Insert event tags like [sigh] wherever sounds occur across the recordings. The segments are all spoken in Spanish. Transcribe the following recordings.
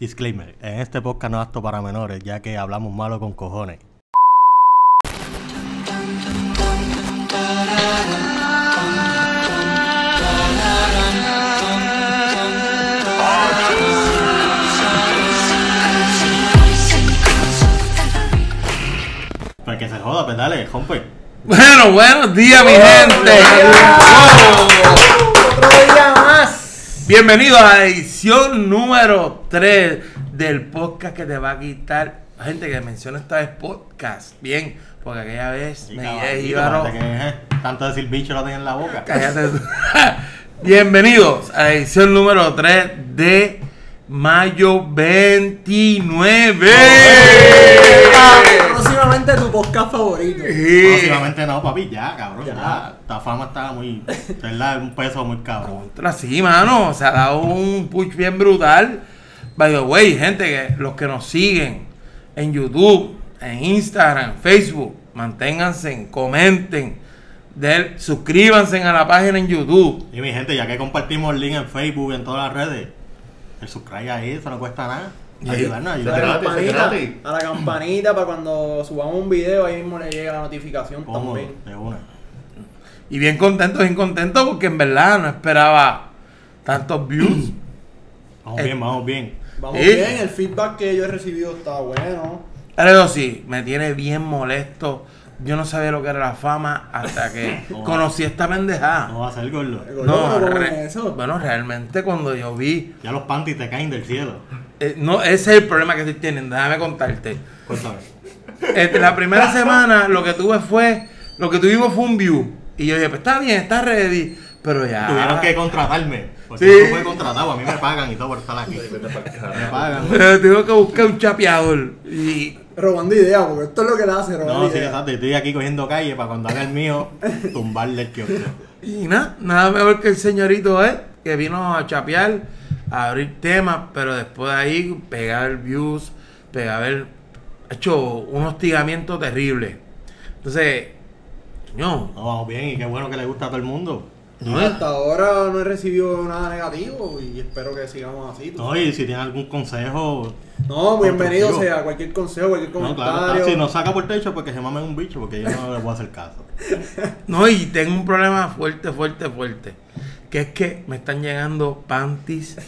Disclaimer, en este podcast no es apto para menores, ya que hablamos malo con cojones. Pues que se joda, pues dale, hombre. Bueno, buenos días, mi gente. Otro día más. Bienvenidos a la edición número 3 del podcast que te va a quitar. Gente que menciona esta vez podcast. Bien, porque aquella vez Sí, me caballito, dije, Íbaro, fíjate que, eh, tanto decir bicho lo tenía en la boca. cállate tú. [laughs] Bienvenidos a la edición número 3 de mayo 29. Próximamente tu podcast favorito. Sí. Próximamente no, papi, ya, cabrón. Ya. Ya. Esta fama está muy. ¿Verdad? Un peso muy cabrón. Contra, sí, mano. Se ha dado un push bien brutal. By the way, gente, que los que nos siguen en YouTube, en Instagram, Facebook, manténganse, comenten, del, suscríbanse a la página en YouTube. Y mi gente, ya que compartimos el link en Facebook, en todas las redes, el subscribe ahí, eso no cuesta nada. Sí. Ayudarnos, A ayudarnos. la, gratis, es campanita, gratis. a la campanita para cuando subamos un video ahí mismo le llega la notificación Cómodo, también. de una. Y bien contento, bien contento, porque en verdad no esperaba tantos [clears throat] views. Vamos Eh. bien, vamos bien. Vamos Sí. bien, el feedback que yo he recibido está bueno. Pero sí, me tiene bien molesto. Yo no sabía lo que era la fama hasta [laughs] que No. conocí esta pendejada. No va a ser gordo. Gordo, No, pero ¿cómo re- es eso? bueno, realmente cuando yo vi, Ya los panties te caen del cielo. eh, no, ese es el problema que estoy teniendo, déjame contarte. Cuéntame. Este, la primera semana lo que tuve fue, lo que tuvimos fue un view. Y yo dije, pues está bien, está ready, pero ya. Tuvieron [laughs] que contratarme. Porque Ah. Sí. yo fue contratado, a mí me pagan y todo por estar [laughs] aquí. Me pagan. Pero tengo que buscar un chapeador. Y Robando ideas, porque esto es lo que le hace, robar No, sí, ideas. exacto. yo Estoy aquí cogiendo calle para cuando haga el mío, tumbarle el kiosco. Y nada, nada mejor que el señorito eh, que vino a chapear, a abrir temas, pero después de ahí pegar views, pegar el, hecho un hostigamiento terrible. Entonces, no, No, vamos bien y qué bueno que le gusta a todo el mundo. no es- Hasta ahora no he recibido nada negativo y espero que sigamos así. tú No, y si tiene algún consejo, No, bienvenido Constructivo. sea, cualquier consejo, cualquier no, comentario. claro, está. si nos saca por techo, porque se mame un bicho, porque yo no le voy a hacer [laughs] caso. no, y tengo un problema fuerte, fuerte, fuerte, que es que me están llegando panties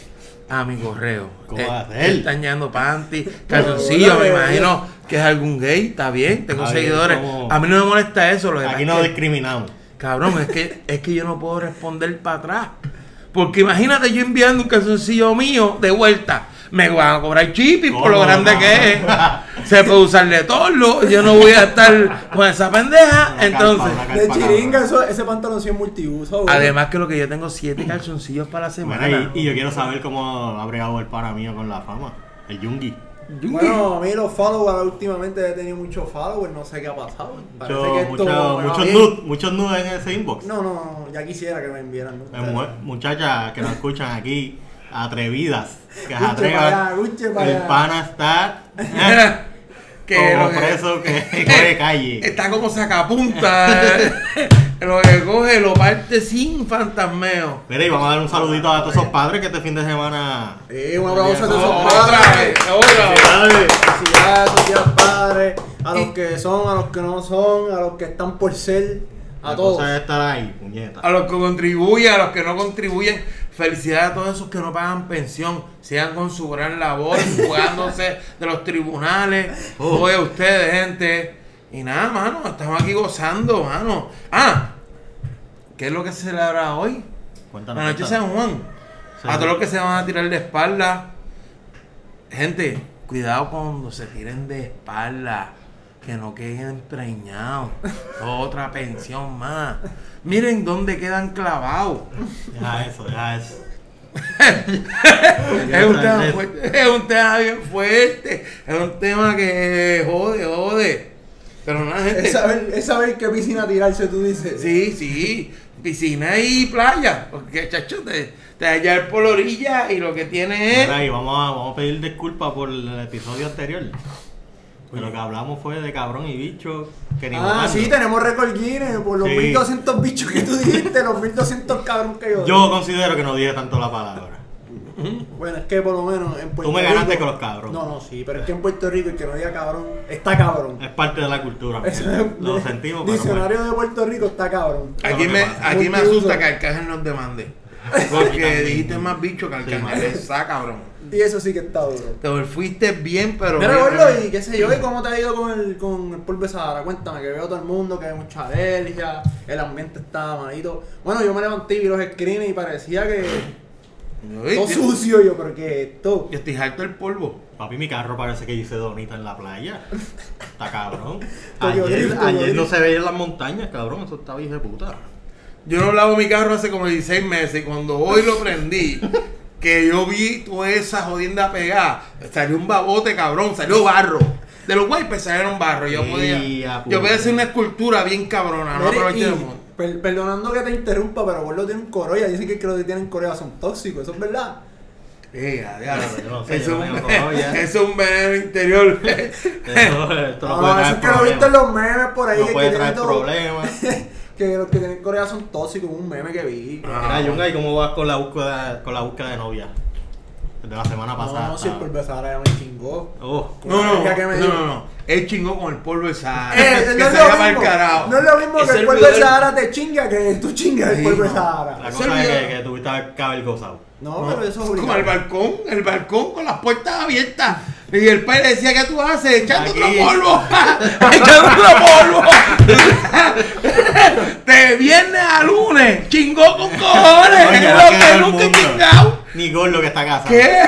a mi correo. ¿Cómo Eh, va a ser? me están llegando [laughs] panties, calzoncillos, me Pero, imagino que es algún gay, está bien, tengo Está bien, seguidores. como- A mí no me molesta eso, lo que pasa Aquí es no que- discriminamos. Cabrón, [laughs] es que, es que yo no puedo responder para atrás. Porque imagínate yo enviando un calzoncillo mío de vuelta. Me van a cobrar shipping por lo ¿Cómo, grande no? [laughs] que es. Se puede usar de todo. Yo no voy a estar con esa pendeja. Una Entonces, carpa, una De carpa, chiringa, cabrón. eso, ese pantalón sí es multiuso. güey. además que lo que yo tengo siete calzoncillos para la Mira, semana. [laughs] y, y yo quiero saber cómo ha bregado el para mío con la fama. El Yungi. Bueno, a mí los followers últimamente he tenido muchos followers, no sé qué ha pasado. Parece que Mucho- mucho- esto me va Muchos bien. nudes, muchos nudes en ese inbox. No, no, no, ya quisiera que me enviaran. ¿no? Eh, mu- Muchachas que nos escuchan aquí, atrevidas, que se Guche para allá, atrevan. guche para El allá. pana está que ah, como lo que- preso [laughs] que coge calle. está como sacapunta. eh. [laughs] lo que coge lo parte sin fantasmeo. Mira, y vamos a dar un saludito a todos esos padres que este fin de semana. Eh, un aplauso a todos esos Otra padres. vez, otra vez. Felicidades a todos los padres, a los que son, a los que no son, a los que están por ser, a La todos. cosa [laughs] es estar ahí, puñeta. A los que contribuyen, a los que no contribuyen, felicidades a todos esos que no pagan pensión, sigan con su gran [laughs] labor, jugándose de los tribunales, Oh. Oye, ustedes, gente. Y nada, mano, estamos aquí gozando, mano. Ah, ¿qué es lo que se celebra hoy? Cuéntanos. La noche de cuéntanos. San Juan. Sí. A todos los que se van a tirar de espalda. Gente, cuidado cuando se tiren de espalda. Que no queden [laughs] preñados. Otra pensión más. Miren dónde quedan clavados. Deja eso, deja [laughs] eso. Es un, tema fuerte, es un tema bien fuerte. Es un tema que jode, jode. Pero nada, gente. Es saber, es saber qué piscina tirarse, tú dices. Sí, sí. Piscina y playa. Porque, chacho, te, te vas a llevar por la orilla y lo que tiene es. Mira, y vamos a, vamos a pedir disculpas por el episodio anterior. Pero lo que hablamos fue de cabrón y bicho. Que ni Ah, botando. sí, tenemos récord Guinness por los Sí. 1200 bichos que tú dijiste, los 1200 cabrón que yo. Yo considero que no dije tanto la palabra. Bueno, es que por lo menos en Puerto Tú me ganaste Rico- con los cabrones. No, no, sí, pero es que en Puerto Rico el que no diga cabrón está cabrón. Es parte de la cultura. [laughs] Eso mierda. es- Eh, Lo sentimos, pero. pues, Diccionario de Puerto Rico está cabrón. Eso Aquí es lo me, que pasa. aquí me Multiuso. asusta que Arcángel nos demande. Porque dijiste más bicho que Arcángel. Sí, Está cabrón. Y eso sí que está duro. Te fuiste bien, pero. Mira, bien. Gordo, y qué sé yo, ¿y cómo te ha ido con el, con el polvo de Sahara? Cuéntame, que veo todo el mundo, que hay mucha alergia, el ambiente está malito. Bueno, yo me levanté y vi los screens y parecía que Ay, todo tío, sucio yo, pero que esto... Yo estoy harto del polvo. Papi, mi carro parece que hice donita en la playa. Está cabrón. Tokio Ayer, Drift, Tokio ayer no Drift. se veía en las montañas, cabrón. Eso estaba hijo de [laughs] puta. Yo no lavo mi carro hace como 16 meses y cuando hoy lo [laughs] prendí, que yo vi toda esa jodienda pegada, salió un babote cabrón, salió barro. De los wipers salieron barro. Yo Ya, podía, puta. yo podía hacer una escultura bien cabrona, no Mire, y aprovechemos. per- perdonando que te interrumpa, pero Gordo tiene un corolla, dicen que los que tienen corolla son tóxicos, eso es verdad. Eh, adiós. Yo no Eso sé, es yo no un- tengo corolla. [laughs] eso es un veneno interior. [laughs] Eso, esto no Ah, puede traer eso es que lo viste en problemas. los memes por ahí. No que puede traer tienen todo- problemas. [laughs] Que los que tienen Corea son tóxicos, un meme que vi. Ah, Mira, Yunga, ¿y cómo vas con la búsqueda, con la búsqueda de novia? Desde la semana pasada. no, no, si el estaba- polvo de Sahara ya me chingó. Oh, No, no, Ya que me no, dio. no, no. Él chingó con el polvo de Sahara. Eh, que no, es se lo llama el mismo, carajo. no es lo mismo Ese que el polvo video de del- Sahara te chinga que tú chingas Sí, el polvo de no. la Sahara. cosa es Servía. que, que tuviste que haber gozado. No, pero eso es Como el obligado. balcón, el balcón con las puertas abiertas. Y el padre decía, ¿qué tú haces? Echando Aquí. otro polvo. [laughs] Echando otro polvo. [laughs] De viernes a lunes. Chingó con cojones. Coño, va a quedar lo que el nunca he mundo. chingado. Ni Gordo que está casado. ¿Qué?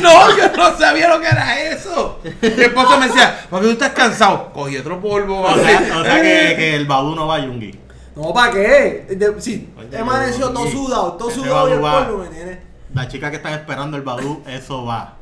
No, yo no sabía lo que era eso. Mi esposa me decía, ¿por qué tú estás cansado? Cogí otro polvo. O [laughs] sea, o sea que, que el Badu no va a Yungi. No, ¿para qué? De- sí, Oye, he amanecido yo- todo sudado, todo Ese sudado y el Baduba. polvo me tiene. La chica que están esperando el Badu, eso va.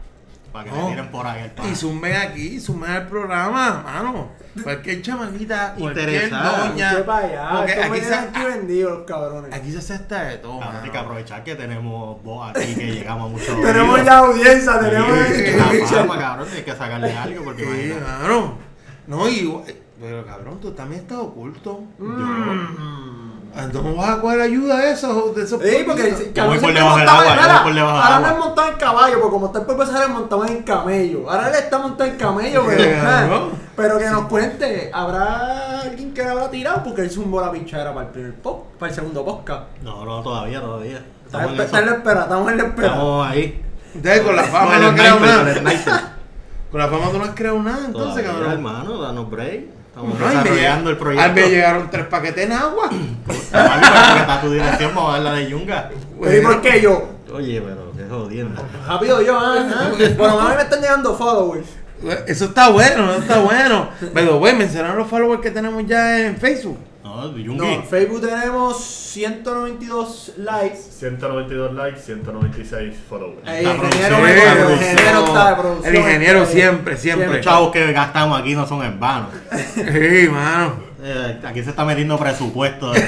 Para que le No. tiren por ahí el pan. Oh. Y sumen aquí, sumen al programa, mano. Cualquier chamaquita, cualquier Interesada. doña. Usted para allá, porque estos me aquí se, tienen aquí vendido los cabrones. aquí se hace hasta de todo, Claro, mano. hay que aprovechar que tenemos voz aquí, que llegamos a [laughs] muchos Tenemos oídos. la audiencia, tenemos Sí, [laughs] el- que la el- fama, cabrón, hay que sacarle algo porque Sí, imagínate. mano. No, y... eh, Pero cabrón, tú también estás oculto. Ah, ¿No vas a coger ayuda de esos? De esos Sí, porque polvitos? Yo voy cabrón, por siempre debajo del montaba- agua, yo mira, voy por debajo del Ahora agua. no es montado en caballo, porque como está el profesor es montado en camello. Ahora él está montado en camello, pero, eh, Sí, ajá. ¿no? pero que nos cuente, ¿habrá alguien que le habrá tirado? Porque él zumbó la pinchadera para el primer pop, para el segundo podcast. No, no, todavía, todavía. Está Estamos, en en la eso. espera, estamos en la espera. Estamos ahí. Ustedes con la Con fama el no han creado sniper, con el nada. sniper. Con la fama tú no has creado nada, [laughs] entonces, Todavía, cabrón. hermano, danos break. Estamos No, y me desarrollando llega- el proyecto. a mí me llegaron tres paquetes en agua. Papi, pero porque está tu dirección, vamos a ver la de Yunga. Pues, Pero ¿Y por qué yo? Oye, pero qué jodiendo. Rápido yo, ah, [laughs] ah. Bueno, a mí me están llegando followers. Eso está bueno, eso está bueno. Pero, güey, mencionaron los followers que tenemos ya en Facebook. No, No, Yungi. en Facebook tenemos 192 likes. 192 likes, 196 followers. Ahí, Está el ingeniero, produciendo, me- está el ingeniero produciendo. está de producción. Este, El ingeniero está ahí. siempre, siempre. Los chavos que gastamos aquí no son en vano. Sí, mano. Eh, aquí se está metiendo presupuesto. de-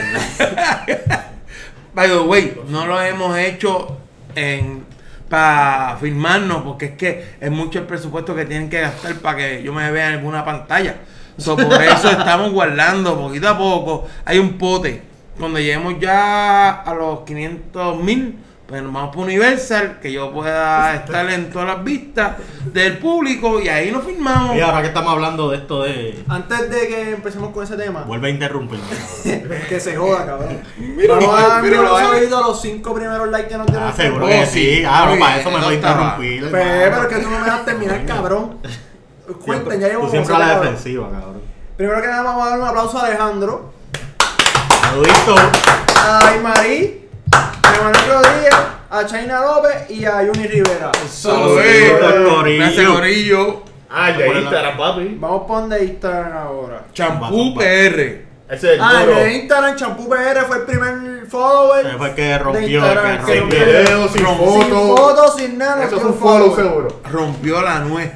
By the way, no lo hemos hecho en para firmarnos porque es que es mucho el presupuesto que tienen que gastar para que yo me vea en alguna pantalla. So, por eso estamos guardando poquito a poco. Hay un pote. Cuando lleguemos ya a los 500 mil, pues nos vamos para Universal, que yo pueda estar en todas las vistas del público y ahí nos firmamos. Y ahora que estamos hablando de esto de... Antes de que empecemos con ese tema, Vuelve a interrumpirme. cabrón. [laughs] que se joda, cabrón. Míralo, Vamos míralo, eh. a darnos míralo. oído a los cinco primeros likes que nos dieron. Ah, seguro Oh, que sí. sí. Ah, Muy no, para bien, eso me eso voy a estaba. interrumpir. Pe- hermano. Pero es que tú no me dejas terminar, cabrón. Cuenten, ya llevo Tú como siempre a siete la horas. defensiva, cabrón. Primero que nada, vamos a dar un aplauso a Alejandro, Saludito. a Aymarí, a Manuel Rodríguez, a Chaina López y a Juni Rivera. Saludito, Saludito, Corillo. Gracias, Corillo. Ah, el de Por el- Instagram, papi. Vamos por donde Instagram ahora. Champú eh. PR. Ese es el Ah, el duro. de Instagram, Champú PR fue el primer follower. Ese fue el que rompió, de Instagram, el que que Sin rompió. rompió. video, sin Sin foto. fotos, sin nada. Eso es fue un follow seguro. Rompió la nuez.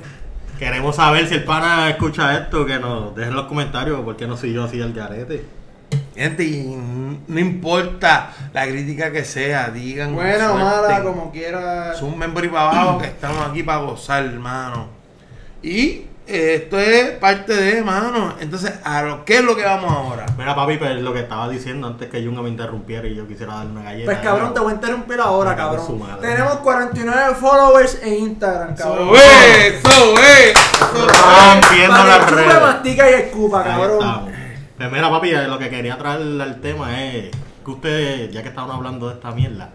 Queremos saber si el pana escucha esto, que nos dejen los comentarios por qué no siguió así el garete. Gente, y n- no importa la crítica que sea, digan. Buena o suelten. mala, como quiera. Es un member y para abajo que estamos aquí para gozar, hermano. Y eh, esto es parte de, mano. Entonces, ¿a lo qué es lo que vamos ahora? Mira, papi, pues lo que estaba diciendo antes que Junga me interrumpiera y yo quisiera darle una galleta. Pues cabrón, te voy a interrumpir ahora, Me cago en su cabrón. madre. Tenemos 49 followers en Instagram, cabrón. Eso es, eso es, eso es. Rompiendo Para la que red. chupe, mastica y escupa, cabrón. Pues mira, papi, eh, lo que quería traer al tema es que ustedes, ya que estaban hablando de esta mierda,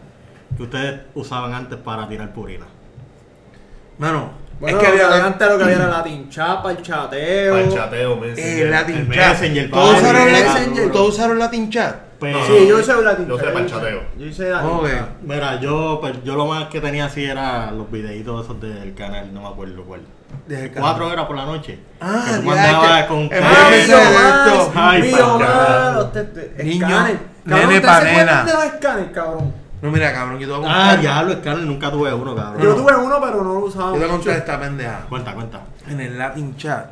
que ustedes usaban antes para tirar purina. Mano, Bueno, es que había antes lo que Mm. había era la tinchapa, el chateo. Para el chateo, me eh, Latin el Chat. Messenger, ¿Todos padre, usaron, el Latin- Messenger. ¿Todos usaron Latin Chat? Pero, No, Sí, yo hice la tinchapa. Yo usé para el chateo. Yo hice la Ok. tinchapa. Mira, yo, pues, yo lo más que tenía así era los videitos esos del canal, no me acuerdo cuál. Desde el Cuatro horas por la noche. Ah, que tú ya, mandabas que- con en Ah, vez de eso, ser de Mío esto. más, Ay, mío pa' carajo. más, los te- te- Niño, escáner. Cabrón, nene ¿ustedes pa' se acuerdan nena. de los escáneres, cabrón? No, mira, cabrón, yo te voy a contar. Ah, ya, los canales nunca tuve uno, cabrón. Yo tuve uno, pero no lo usaba Yo te voy a mucho. contar esta pendeja. Cuenta, cuenta. En el Latin Chat,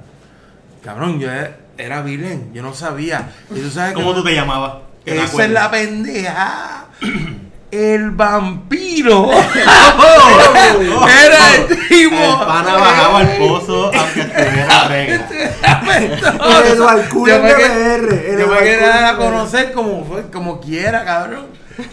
cabrón, yo e- era virgen, yo no sabía. Y tú sabes ¿Cómo que- tú te llamabas? ¿Te Esa acuerdas? es [laughs] la pendeja. [clears throat] El [laughs] vampiro era el tipo. El pana bajaba al [laughs] pozo aunque estuviera regla. El balcón Yo de me que- BR. el yo me quería dar balcón a de BR. conocer como, fue- como quiera, cabrón.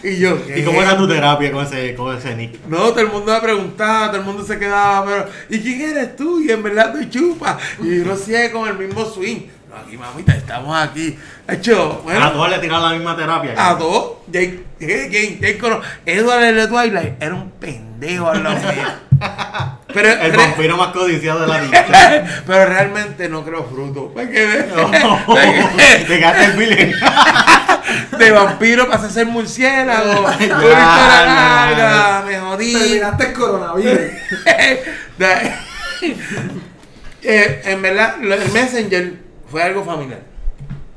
Y yo, ¿qué? ¿Y cómo era tu Este. terapia con ese, con ese nick? No, todo el mundo me preguntaba, todo el mundo se quedaba, pero ¿y quién eres tú? Y en verdad tú chupas. Y yo sigue con el mismo swing. No, aquí mamita, estamos aquí. Hecho, Ah, A bueno, Ah, todos le tiraban la misma terapia. a dos. Jake, Jake, Jake, Jake Coro- Edward el de Twilight era un pendejo al lado mío. [laughs] Pero, El re- vampiro más codiciado de la [laughs] lucha. pero realmente no creo fruto. Porque [laughs] porque- [laughs] [laughs] Te gasta el [laughs] billing. de vampiro pasé a [laughs] ser murciélago. Una Ya, historia ya. larga, me jodí. Terminaste el [laughs] coronavirus. [laughs] De- [laughs] Eh, en verdad, lo- el Messenger fue algo familiar.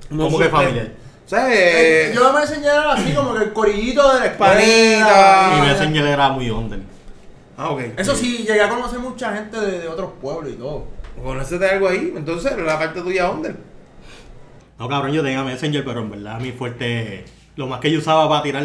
No ¿Cómo que supe- familiar? O sea, eh, Yo me enseñaron así como que el corillito de la Panita. Y escuela. Messenger era muy under. Ah, ok. Eso sí, llegué a conocer mucha gente de, de otros pueblos y todo. Conocete algo ahí, entonces la parte tuya, ¿dónde? No, cabrón, yo tenía Messenger, pero en verdad mi fuerte. Lo más que yo usaba para tirar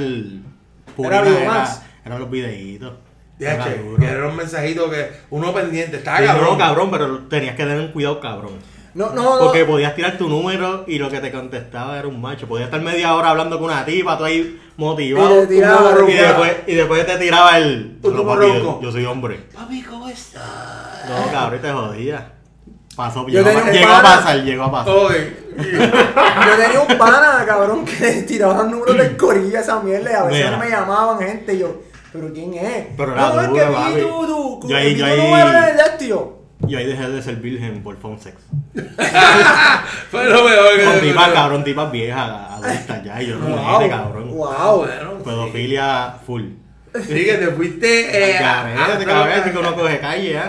purina Era era, lo más. eran los videitos. Ya, Era che, duro. que era un mensajito que uno pendiente, está Sí, no, Ah, cabrón. cabrón, pero tenías que tener cuidado, cabrón. No, no, no. Porque podías tirar tu número y lo que te contestaba era un macho. Podías estar media hora hablando con una tipa, tú ahí motivado. Y te tiraba, y, te tiraba. después, y después te tiraba el. Un no, tipo papi, yo, ronco. yo soy hombre. Papi, ¿cómo estás? No, cabrón, te jodía. Pasó, Yo llegó, a tenía pa- un llegó a pana. Oh. pasar, llegó a pasar. Ok. Yo tenía un pana, cabrón, que le tiraba los números del corillo a esa mierda y a veces Mira. me llamaban gente y yo, ¿pero quién es? Pero era no, es duro, que papi. vi tu, tu, tu, Yo ahí- vi yo tu ahí- número en el este, yo. Yo ahí dejé de ser virgen por phone sex. [laughs] Fue lo mejor que Con tipas, cabrón, tipas viejas, adultas ya. Y yo no Wow, me este cabrón. Ah, wow. bueno. sí. Pedofilia full. Sí, que te fuiste. eh, ah, a- Carete, a- cabrón, así que uno coge calle, ¿eh?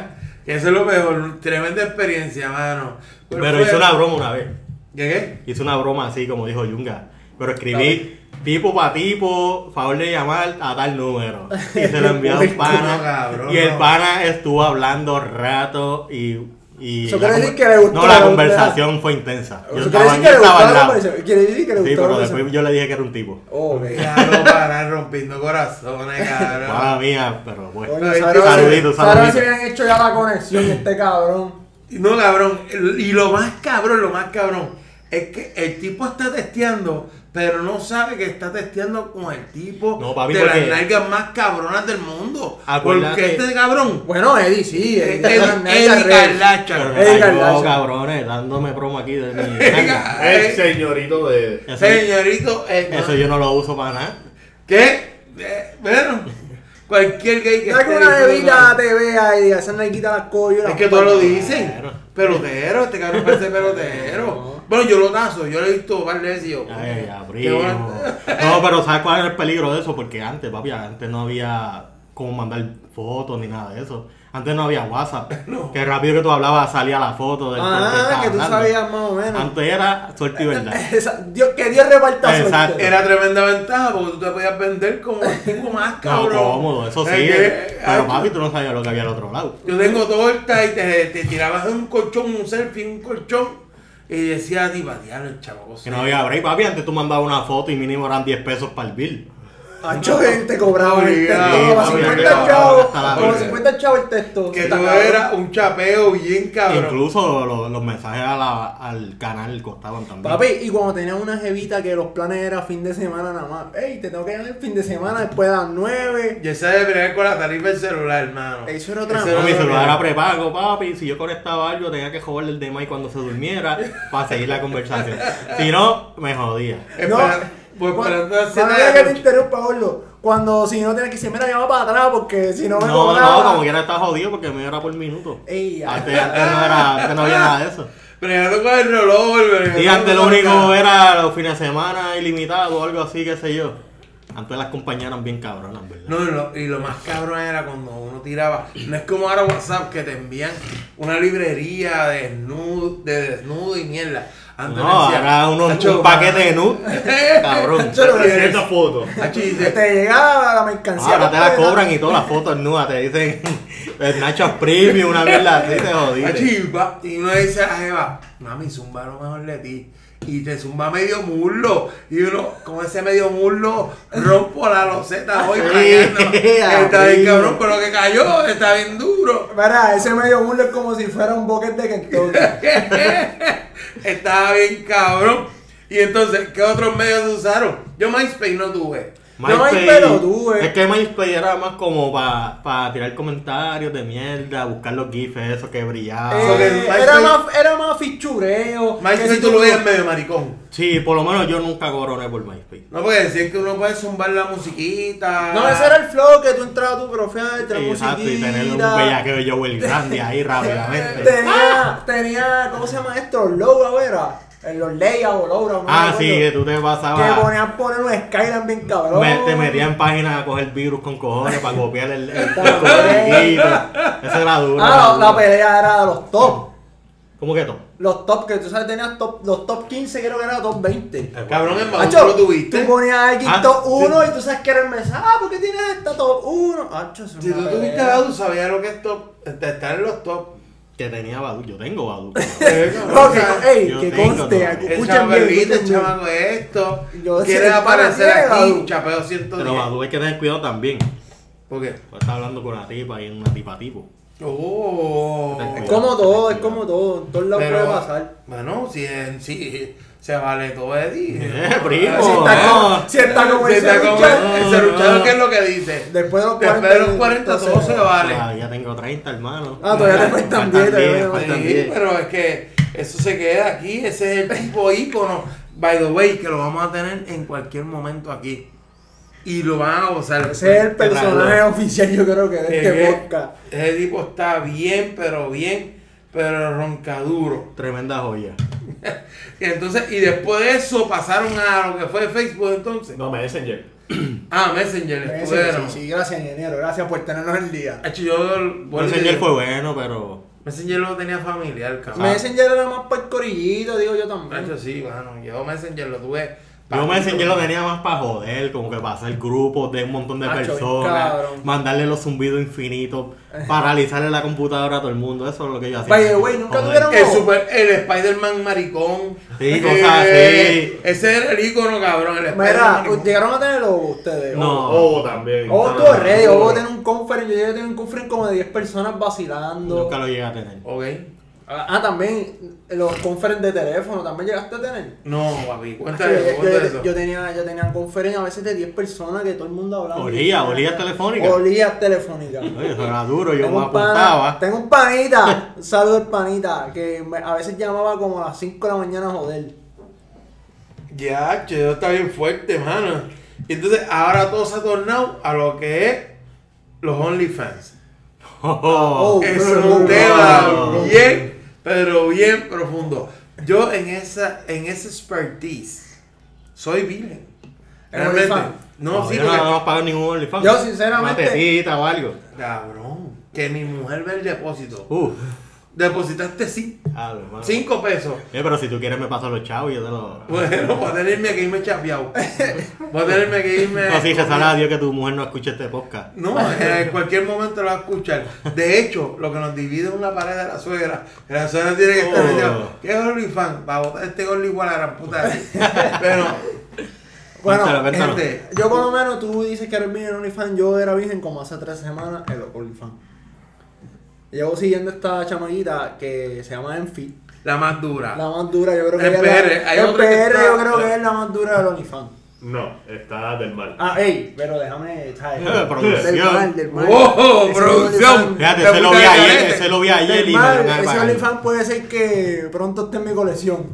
Que Eso es lo mejor, tremenda experiencia, mano. Pero fue- hizo una broma una vez. ¿Qué qué? Hice una broma así, como dijo Yunga. Pero escribí tipo para tipo, favor de llamar a tal número. Y se lo [laughs] envió a un No, pana. cabrón, y el no. pana estuvo hablando rato y. y Eso la quiere conver- decir que le gustó No, la la verdad. conversación fue intensa. Yo Eso estaba, quiere yo decir que le estaba gustaba al la lado. conversación. Quiere decir que le Sí, gustaba la pero después conversación. yo le dije que era un tipo. [laughs] Oh, ok. Ya no parar rompiendo corazones, cabrón. Mala mía, pero bueno. Coño, Saludito, Saro, saludito. Saro se habían hecho ya la conexión este cabrón. No, cabrón. el- Y lo más cabrón, lo más cabrón, es que el tipo está testeando, pero no sabe que está testeando con el tipo No, papi, de porque- las nalgas más cabronas del mundo. Acuérdate- Porque este cabrón, Bueno, Eddie, sí. Eddie Eddie, Eddie Carla- Carlacha. Pero cabrón. me Edgar cayó, Lazo. cabrones, dándome promo aquí [laughs] de mi. Edgar. El señorito de. Eso- Señorito, eh, Eso yo no lo uso para nada. ¿qué? Eh, bueno, cualquier gay que Ya que una disfrutando- bebida te vea y diga, esa nalguita las coyo. Es que todos lo dicen. Pelotero, este cabrón parece [laughs] pelotero. Bueno, yo lo tazo, yo lo he visto varias veces y yo. Ay, ya, qué primo. bueno. No, pero ¿sabes cuál era el peligro de eso? Porque antes, papi, antes no había cómo mandar fotos ni nada de eso. Antes no había WhatsApp. Que rápido que tú hablabas salía la foto del con que Ah, estabas que tú hablando. sabías más o menos. Antes era suerte y [laughs] verdad. Esa- Dios, que Dios reparta Exacto. suerte. Era tremenda ventaja porque tú te podías vender como cinco [laughs] más, No, cabrón. cómodo, eso sí. eh, Es que, pero ay, papi, tú no sabías lo que había al otro lado. Yo tengo torta y te, te tirabas en un colchón, un selfie, en un colchón. Y decía, diva, diablo, el chavo. Que no había break, papi. Antes tú mandabas una foto y mínimo eran 10 pesos para el bill. Hacho, gente, cobraba el texto Obligado, como a obligado, 50 chavos. obligado. Como a 50 chavos el texto. Que Está tú cabrón. eras un chapeo bien cabrón. Incluso lo- los mensajes a la- al canal costaban también. Papi, y cuando tenía una jevita que los planes era fin de semana nada más. Ey, te tengo que llamar el fin de semana después de las 9. Y esa de bregar con la tarifa del celular, hermano. Eso era [laughs] otra Eso Pero mierda. mi celular era prepago, papi. Si yo conectaba algo, tenía que joderle el demai cuando se durmiera para seguir la conversación. Si no, me jodía. Espera- pues Cu- esperando la no cena había de que noche. te interrumpa, Pablo. Cuando si no tienes que decir, mira, llama para atrás porque si no me No, cobraba. no, como quiera estaba jodido porque me era por minuto. Ey, ya. Antes, antes no era, antes no había nada de eso. Bregando con el reloj, Y antes lo único era los fines de semana ilimitados o algo así, qué sé yo. Antes las compañías eran bien cabronas, ¿verdad? No, y lo, y lo más cabrón era cuando uno tiraba. No es como ahora WhatsApp que te envían una librería de desnudo, de desnudo y mierda. Antes No, decía, ahora unos, "Tacho, un paquete [laughs] de nudes, cabrón. Yo lo que- 300 fotos. Tacho, y [laughs] Que te- te llegaba la mercancía. Ahora Ah, te la completa. cobran y todas las fotos nudas te dicen [laughs] Nacho Premium, una mierda así, te tacho, jodiste. y va- y uno dice a Eva, mami, zumba lo mejor de ti. Y te zumba medio muslo. Y uno, con ese medio muslo, rompo la loseta hoy [laughs] Sí, cayendo. Está bien primo. cabrón, pero que cayó, está bien duro. Mira, ese medio burlo es como si fuera un bucket de Kentucky. [laughs] Estaba bien cabrón. Y entonces, ¿qué otros medios usaron? Yo MySpace no tuve. No hay eh. pelotudez. es que MySpace era más como para tirar comentarios de mierda, buscar los gifs esos Ah, que brillaban. Eso que- Eh, MySpace- era, más, era más fichureo. que MySpace si tú lo veías medio maricón. Sí, por lo menos yo nunca coroné por MySpace. No porque decían que uno puede zumbar la musiquita. No, ese era el flow que tú entrabas a tu profesor, te Exacto, y tener un bellaqueo yo el grande [laughs] ahí rápidamente. Tenía, tenía, ¿cómo se llama esto? Loura, era. En los layouts o Loura. no me Ah, acuerdo. sí, que tú te Que pasabas. ponían poner un Skyline bien cabrón. me- te metían en páginas a coger virus con cojones para copiar el, el, el, Está el gif. Eso era duro. era Ah, duro. la, la pelea era de los top. ¿Cómo que todo? Los top, que tú sabes, tenías top, los top 15, creo que era top 20. Cabrón, en Badu, Acho, tú lo tuviste. Tú ponías a alguien Ah, top sí. 1 y tú sabes que era el mensaje. Ah, ¿por qué tienes esta top 1? Acho, eso es Si una tú tuviste pelea. a tú sabías lo que es top. de Estar en los top. Que tenía Badu, yo tengo Badu. Eh, cabrón, [laughs] Ok, o sea, ey, yo que tengo conste, todo. El escuchen bien, chamaquito, el escuchen bien. chamaco esto. Yo Quiere sé, aparecer parece, aquí, Badu. chapeo Pero 110. Badu hay que tener cuidado también. ¿Por qué? Pues está hablando con una tipa y es una tipa tipo. Oh. Te Es como todo, es como todo, en todos lados Pero, puede pasar. Bueno, si, en- si se vale todo de ti. Eh, primo. Si está no. como, si está como Si ese está como luchador, el No, serruchado, Oh, no. ¿qué es lo que dice? después de los 40, Después de los 40 entonces- eh, todo se vale. Todavía Ah, tengo 30, hermano. Ah, todavía te faltan Faltan 10, todavía diez, me faltan faltan Sí, 10. pero es que eso se queda aquí. Ese es el tipo ícono, by the way, que lo vamos a tener en cualquier momento aquí. Y lo van a gozar. Ese es el Qué raro. Eh, personaje oficial, yo creo que de Es este que podcast. Ese tipo está bien, pero bien, pero roncaduro. Tremenda joya. Y entonces, y después de eso pasaron a lo que fue Facebook entonces. No, Messenger. Ah, Messenger, Sí, estuvieron. sí, sí, gracias, ingeniero. Gracias por tenernos el día. Hacho, yo Bueno, vuelvo y Messenger digo, fue bueno, pero. Messenger lo tenía familiar, Ah. cabrón. Messenger era más por corillito, digo yo Hacho, también. sí, mano. Yo Messenger lo tuve. Yo Messenger lo tenía más para joder, como que para hacer grupos de un montón de Macho, bien personas, cabrón. Eh. mandarle los zumbidos infinitos, paralizarle la computadora a todo el mundo, eso es lo que yo hacía. By the way, nunca Joder. tuvieron- El, super, el Spider-Man maricón. Eh, Sí, cosas así. Ese era el icono, cabrón. El Mira, Spider-Man maricón. llegaron a tenerlo ustedes. eh. No. Ovo también. Oh, tú Ah, eres rey, Ovo. vos tenés un conference, yo llegué a tener un conference como de 10 personas vacilando. Nunca lo llegué a tener. Oh. Ok. Ah, también los conference de teléfono, también llegaste a tener. No, papi, Sí, cuéntame eso, yo, cuéntame eso. yo tenía, yo tenía conferencias a veces de 10 personas que todo el mundo hablaba. Olía, olía telefónica. Olía telefónica. Oye, eso era duro, yo Tengo me un, [laughs] pana- apuntaba. tengo un panita, un saludo al panita, que me- a veces llamaba como a las 5 de la mañana a joder. Ya, che, eso está bien fuerte, mano. Y entonces ahora todo se ha tornado a lo que es los OnlyFans. Oh, Es bro. un tema Wow. bien, pero bien profundo. Yo en esa, en ese expertise, soy virgen. ¿En Realmente. OnlyFans? No, sí, yo porque- no pago ningún OnlyFans. Yo, sinceramente- Una tetita o algo. Cabrón, que mi mujer ve el depósito. Uf, Ah, Depositaste cin- a ver, mano. cinco pesos. Eh, pero si tú quieres me paso los chavos y yo te lo... Bueno, voy a tenerme que irme chapeado. Voy a tenerme que irme. No, sí, rezala a Dios que tu mujer no escuche este podcast. [laughs] No, en cualquier momento lo va a escuchar. De hecho, lo que nos divide es una pared de la suegra. La suegra tiene que estar Oh. [laughs] diciendo, ¿qué es OnlyFans? Para votar este gol igual a la gran puta. de aquí". Pero, Bueno, Cuéntalo, cuéntalo. gente, yo por lo menos tú dices que eres virgen en OnlyFans, yo era virgen como hace tres semanas en los OnlyFans. Llevo siguiendo esta chamaguita que se llama Enfi, La más dura. la más dura, yo creo que Ah. En ella es PR, la- hay en otra que PR está- yo creo que es la más dura del OnlyFans. No, está del mal. Ah, ey, pero déjame, ¿sabes? Eh, producción. Del mal, del mal. ¡Oh, Ese producción! OnlyFans- Fíjate, Te ese lo vi fuiste al ayer, garete. ese lo vi ayer del y me mal, dieron ganas de Ese pagarlo. OnlyFans puede ser que pronto esté en mi colección.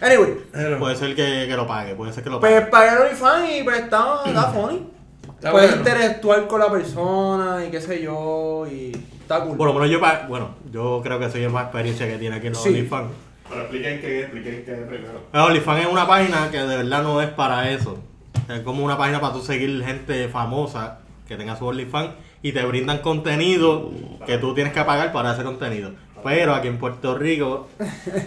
Anyway, Hello. Puede ser que, que lo pague, puede ser que lo pague. pues pagué el OnlyFans y pues está, [clears throat] está funny. Está Puedes bueno. interactuar con la persona y qué sé yo y está cool. Por lo menos yo, pa- bueno, yo creo que soy es más experiencia que tiene aquí en los Sí. OnlyFans. Pero expliquen qué es, expliquen qué es primero. Pero OnlyFans es una página que de verdad no es para eso. Es como una página para tú seguir gente famosa que tenga su OnlyFans y te brindan contenido que tú tienes que pagar para ese contenido. Pero aquí en Puerto Rico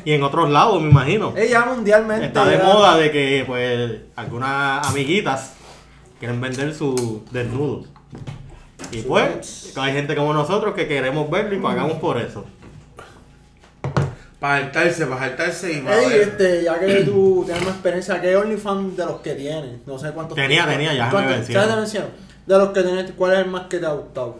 y en otros lados, me imagino, Ella mundialmente está de ya- moda de que pues algunas amiguitas quieren vender sus desnudos. Y pues hay gente como nosotros que queremos verlo y pagamos por eso. Para saltarse, para saltarse y para Ey, ver. este, ya que [clears throat] tú tienes más experiencia, ¿qué OnlyFans de los que tienes? No sé cuántos. Tenía, tenía, ya me ¿Cuántos? vencieron. ¿Sabes? te vencieron? De los que tienes, ¿cuál es el más que te ha gustado?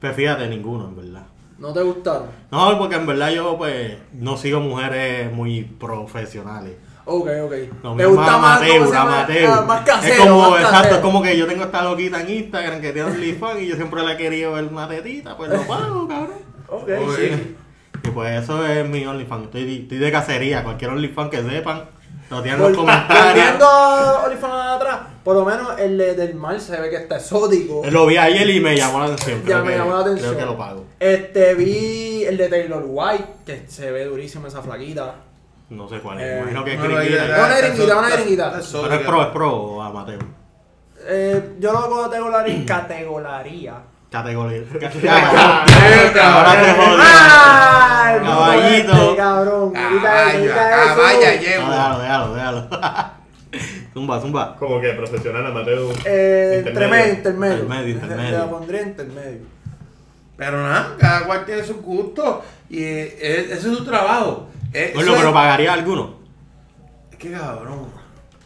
Pues fíjate, ninguno, en verdad. ¿No te gustaron? No, porque en verdad yo pues no sigo mujeres muy profesionales. Ok, ok. No, ¿Te es gusta más, amateur, ¿cómo se llama? amateur. Ah, más casero? es como, más exacto, casero. es como que yo tengo esta loquita en Instagram que tiene OnlyFans y yo siempre la he querido ver una tetita, pues lo pago, cabrón. Ok, Oye, sí. Y pues eso es mi OnlyFans. Estoy, estoy de cacería. Cualquier OnlyFans que sepan, lo tienen en Por- los Volviendo comentarios. a OnlyFans atrás, por lo menos el de- del mal se ve que está exótico. Lo vi ayer y me llamó la atención. Ya creo me que- llamó la atención. Creo que lo pago. Este, vi el de Taylor White, que se ve durísima esa flaquita. No sé cuál es. Eh, me imagino que es No, no, ya, gringuita. ya, Una está gringuita, sol- una está- gringuita. está sol- Pero es pro, es pro o amateur. Eh, yo [clears throat] lo categolari- categolaría. [laughs] Categoría. Cabrón, Ahora te cabrón. jodí. ¡Ah! el puto Caballito. este, cabrón. Grita eso, Caballa, grita caballa, eso. No, llevo. déjalo, déjalo, déjalo. [laughs] zumba, zumba. Como que profesional amateur. Eh, entre medio, intermedio. intermedio. Intermedio, intermedio. Te la pondría intermedio. Pero nada, cada cual tiene su gusto y eh, eh, ese es su trabajo. Eh, Bueno, eso pero es- pagaría alguno. Es que cabrón,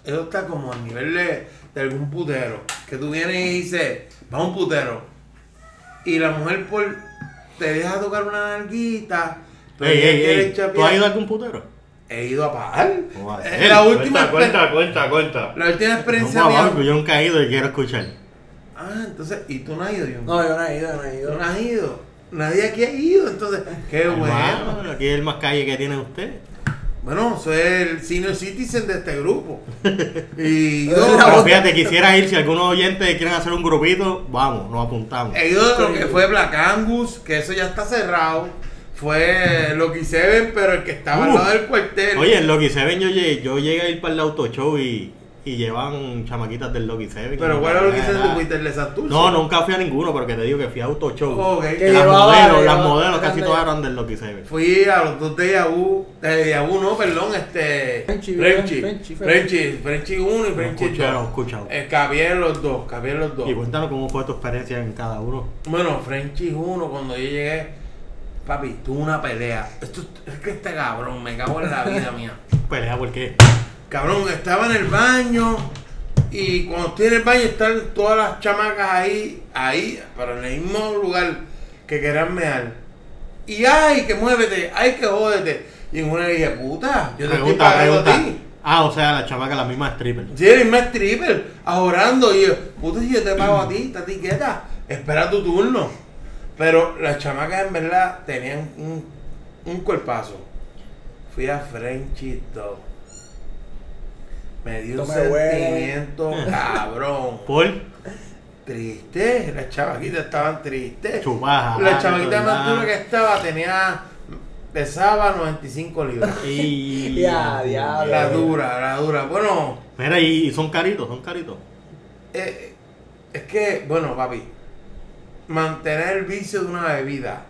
eso está como al nivel de, de algún putero. Que tú vienes y dices, va un putero. Y la mujer por te deja tocar una narguita. pero Ey, ella ey, quiere ey. ¿Tú chapear. has ido a algún putero? He ido a pagar. Joder. Eh, la, última Cuenta, exper- cuenta, cuenta, cuenta. la última experiencia No, mía- papá, yo nunca he ido y quiero escuchar. Ah, entonces, ¿y tú no has ido, John? No, yo no he ido, yo no he Tú ido. no has ido. Nadie aquí ha ido, entonces. Qué bueno. Hermano, Aquí es el más calle que tiene usted. Bueno, soy el senior citizen de este grupo. [laughs] Y Pero yo Pero fíjate, quisiera ir. Si algunos oyentes quieren hacer un grupito, vamos, nos apuntamos. he ido de lo que fue Black Angus, que eso ya está cerrado. Fue lo que Seven, pero el que estaba al Uh. lado del cuartel. Oye, en Loki Seven yo, llegué- yo llegué a ir para el auto show y, y llevan chamaquitas del Loki Seven. pero bueno bueno, lo que hice tú fuiste el de Santurce. No, nunca fui a ninguno, pero que te digo que fui a auto show. Ok. Que Que Las llevaba- modelos, las llevaba- modelos casi eran de- todas eran del Loki Seven. Fui a los dos de Yahoo, de Yahoo no, perdón, este. Frenchy, Frenchy. Frenchy, Frenchy, Frenchy. Frenchy, 1 y Frenchy escucharon, 2. escucharon. Eh, cabieron los dos, cabieron los dos. Y cuéntanos cómo fue tu experiencia en cada uno. Bueno, Frenchy 1, cuando yo llegué, papi, tuvo una pelea. Esto, es que este cabrón, me cago en la vida mía. Pelea porque Cabrón, estaba en el baño y cuando estoy en el baño están todas las chamacas ahí, ahí, pero en el mismo lugar que querían mear. Y ay, que muévete, ay, que jódete. Y en una le dije, puta, yo te estoy pregunta, pagando a pregunta. ti. Ah, o sea, la chamaca, la misma stripper. Jerry me stripper, ahorrando. Y yo, puta, si yo te pago a ti, esta etiqueta, espera tu turno. Pero las chamacas en verdad tenían un, un cuerpazo. Fui a Frenchito. Me dio un Esto me huele. [laughs] sentimiento cabrón. Por Triste, las chavaquitas estaban tristes. chupaja. La chavaquita ¿verdad? más dura que estaba tenía, pesaba 95 libras. Y... [laughs] Ya, diablo. La dura, la dura. Bueno, Mira, y y son caritos, son caritos. Eh, es que, bueno, papi, mantener el vicio de una bebida.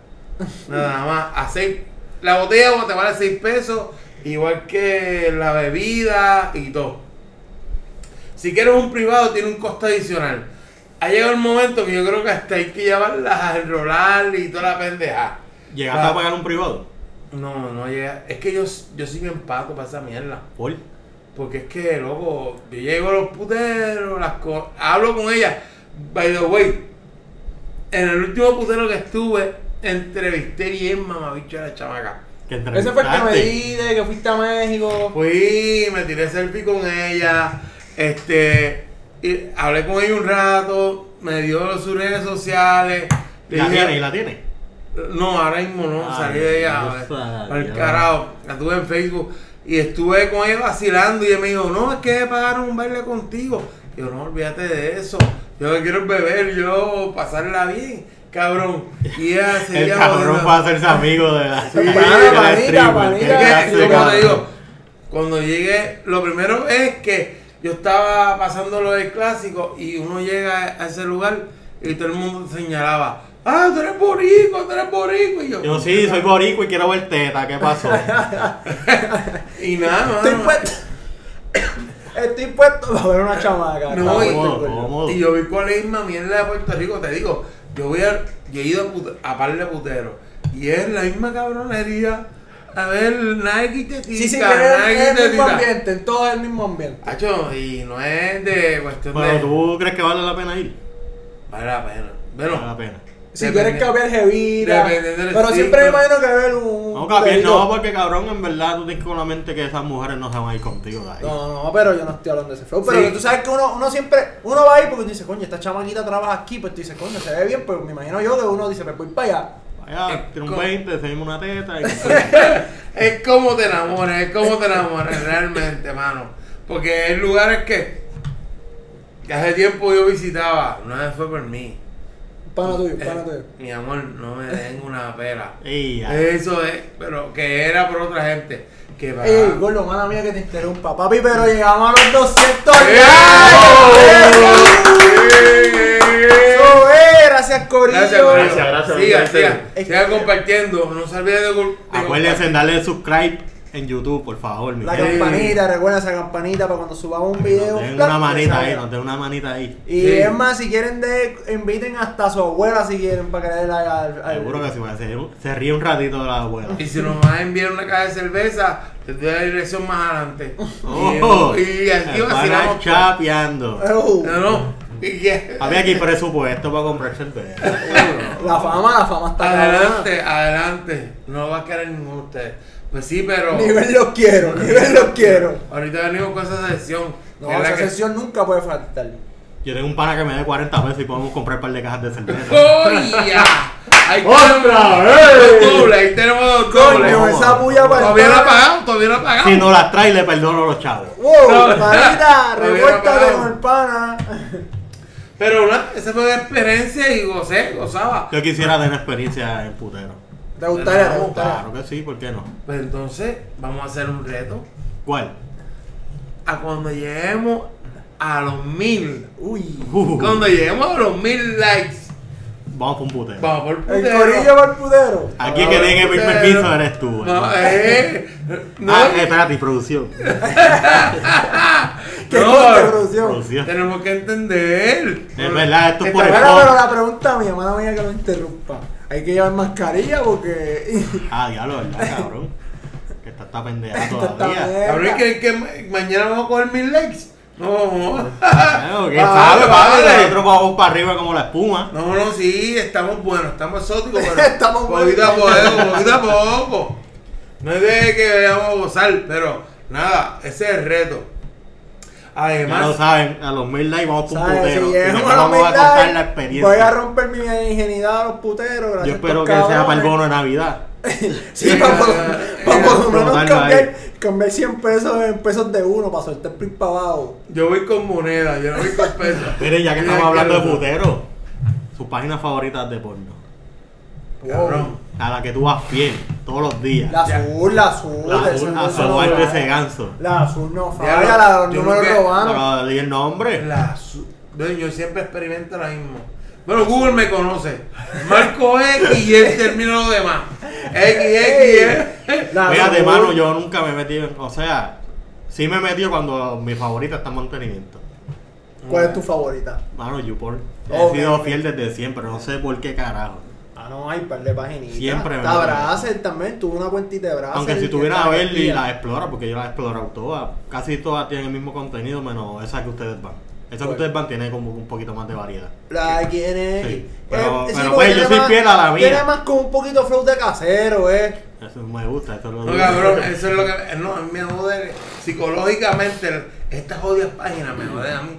Nada más. A seis- la botella bueno, te vale 6 pesos, igual que la bebida y todo. Si quieres un privado, tiene un costo adicional. Ha llegado el momento que yo creo que hasta hay que llevarlas al rolar y toda la pendeja. Llegaste Ah. a pagar un privado. No, no llega. Es que yo, yo soy bien pato para esa mierda. Por Porque es que, loco, yo llego a los puteros, las co- hablo con ella. By the way, en el último putero que estuve, entrevisté bien mamabicho a la chamaca. Que Ese fue el que me entrevistaste. dijiste, que fuiste a México. Fui, me tiré selfie con ella, este, y hablé con ella un rato, me dio sus redes sociales. le La dije- tiene, y la tiene. No, ahora mismo no, Ay, salí de ella. Dios santo. Para el carajo, la tuve en Facebook y estuve con ella vacilando y ella me dijo, no, es que pagaron un baile contigo. Yo, no, olvídate de eso. Yo lo que quiero es beber, yo pasarla bien, cabrón. [laughs] Y ella El seguía cabrón jodiendo. va a hacerse amigo de la, de la panita, stripper, panita, qué [laughs] Es que, clase, como cabrón. te digo, cuando llegué, lo primero es que yo estaba pasando lo del clásico y uno llega a ese lugar y todo el mundo señalaba, ah, tú eres borico, tú eres borico. Y yo, Yo sí, soy boricua y quiero ver teta, ¿qué [laughs] pasó? y nada, mano. Estoy puesto. Estoy puesto para ver una chamaca. No, Está y- bueno, ¿Cómo? coño. Y yo vi con la misma mierda de Puerto Rico, te digo, yo voy a, yo he ido a, pute- a par de puteros y es la misma cabronería. A ver, Nike te Sí, sí, tita, pero Nike es en te el mismo tita. ambiente, en todo el mismo ambiente. Hacho, y no es de cuestión de. Pero tú crees que vale la pena ir. Vale la pena. Vale Bueno, la pena. Si Depende- quieres cambiar jevira. Depende del Pero siempre me sitio. imagino que haber un. No, cabrón, puterito. no, porque cabrón, en verdad tú tienes con la mente que esas mujeres no se van a ir contigo de ahí. No, no, pero yo no estoy hablando de ese flow. Pero Sí. que tú sabes que uno, uno siempre, uno va ahí porque tú dices, coño, esta chamaquita trabaja aquí, pues tú dices, coño, se ve bien, pero me imagino yo que uno dice, pues voy para allá. Eh, Vaya, tiene un Con- 20, seguimos una teta y... [laughs] es como te enamoras, es como te enamoras realmente, mano. Porque hay lugares que, que hace tiempo yo visitaba, no fue por mí. Un Pana tuyo, un Eh, pana tuyo. mi amor, no me den una pera. Y ya. Eh, Eso es, pero que era por otra gente. Que para... Ey, gordo, mala mía que te interrumpa, papi, pero llegamos a los 200 ¡Ey! likes. ¡Ey! Eso es, gracias, Corillo. Gracias, gracias, gracias. Siga, siga, Es siga que- compartiendo. No se olvide de, de Acuérdense en darle subscribe en YouTube, por favor. mi La gente. campanita, recuerda esa campanita para cuando subamos un video. Nos den ¡plop! una manita ahí, salga. nos den una manita ahí. Y Sí. es más, si quieren, de, inviten hasta a su abuela si quieren para que le dé la. al- al- Seguro que sí, porque se, se ríe un ratito de la abuela. Y si nos vas a enviar una caja de cerveza, te doy la dirección más adelante. Oh, y, y aquí el pana vacilamos. pues. chapeando. Oh, No, no. Y que- Había aquí presupuesto para comprar cerveza. la fama, la fama está cabrona. adelante, adelante. No va a querer ninguno de ustedes. Pues sí, pero. Nivel los quiero, nivel los quiero. Ahorita venimos con esa sesión. No, que es la esa que- sesión nunca puede faltar. Yo tengo un pana que me dé 40 pesos y podemos comprar un par de cajas de cerveza. ¡Oh, ya! Ahí ¡Otra tenemos vez! dos dobles, ahí tenemos dos dobles. Coño, esa puya para Todavía no ha pagado, todavía no ha pagado. Si no las trae, le perdono a los chavos. ¡Wow! No. Marita, Todavía [laughs] no revuéltate pagamos. con el pana. Pero una, esa fue una experiencia y gocé, gozaba. Yo quisiera tener experiencia en putero. Te gustaría, te No, gustaría. Claro que sí, ¿por qué no? Pues entonces, vamos a hacer un reto. ¿Cuál? a cuando lleguemos a los mil. Uy. Uh, Cuando lleguemos a los mil likes, vamos por un putero. Ah, vamos por El putero. corillo va al pudero. Aquí el Vamos que por tiene que pedir putero. permiso eres tú. No, hermano. eh, no, Ah, espérate, y producción. ¡Qué No. corte, producción! Producción. tenemos que entender. Es verdad, esto es por el Espera, pop. pero la pregunta mi hermana mía que lo interrumpa. Hay que llevar mascarilla porque. [laughs] Ah, diablo, ¿verdad, cabrón? Que está esta [laughs] pendeja Esta está todavía. bien. Cabrón, ¿creen que ma- mañana vamos a coger mil likes? No, Claro, ¿Qué Vale, sabe, padre? vale. Nosotros vamos para arriba como la espuma. no, no, sí, estamos buenos, estamos exóticos, [laughs] pero Estamos poquito a buenos. poco, poquito a poco. No es de que vayamos a gozar, pero nada, ese es el reto. Ya lo Además, saben, a los mil likes vamos por un ¿Sabes? Si putero. y llegamos después a los vamos a contar la mil likes, voy a experiencia. romper mi ingenuidad a los puteros. gracias Yo a espero estos que sea para el cabrones. bono de Navidad. Sí, [laughs] para por Eh, para por lo menos explotarlo cambiar, cambiar 100 pesos en pesos de uno para soltar el print para abajo. Yo voy con moneda, yo no voy con [laughs] peso. Miren, ya que Mira, estamos hablando de cabrón. puteros, sus páginas favoritas de porno. Cabrón. A la que tú vas fiel todos los días. La Ya. azul, la azul. La esa azul, no a falla. salvarte ese ganso. La azul no Ya, falla, la de los yo números creo que- robanos. Pero di el nombre. La su- yo, yo siempre experimento lo mismo. Bueno, Google me conoce. Marco X y él termina lo demás. X, X, X. La Fíjate, azul. eh. mano, yo nunca me he metido en. O sea, sí me he metido cuando mi favorita está en mantenimiento. ¿Cuál es tu favorita? Mano, YouPorn. He Ok. sido fiel desde siempre, no sé por qué carajo. Ah, no, hay un par de páginas. Siempre, Te ¿verdad? abracen también, tuvo una cuentita de brazos. Aunque si tuviera a ver y la explora, porque yo la he explorado todas, casi todas tienen el mismo contenido, menos esa que ustedes van. Esa que Bueno. ustedes van tiene como un poquito más de variedad. La quiere. Sí, pero- pero, porque pues, yo Eh, tiene soy más- fiel a la mía. Tiene más con un poquito flow de casero, eh. Eso me gusta, eso es lo No, cabrón, eso es lo que. No, a mí me jode psicológicamente. el- Estas jodidas páginas me joden a mí.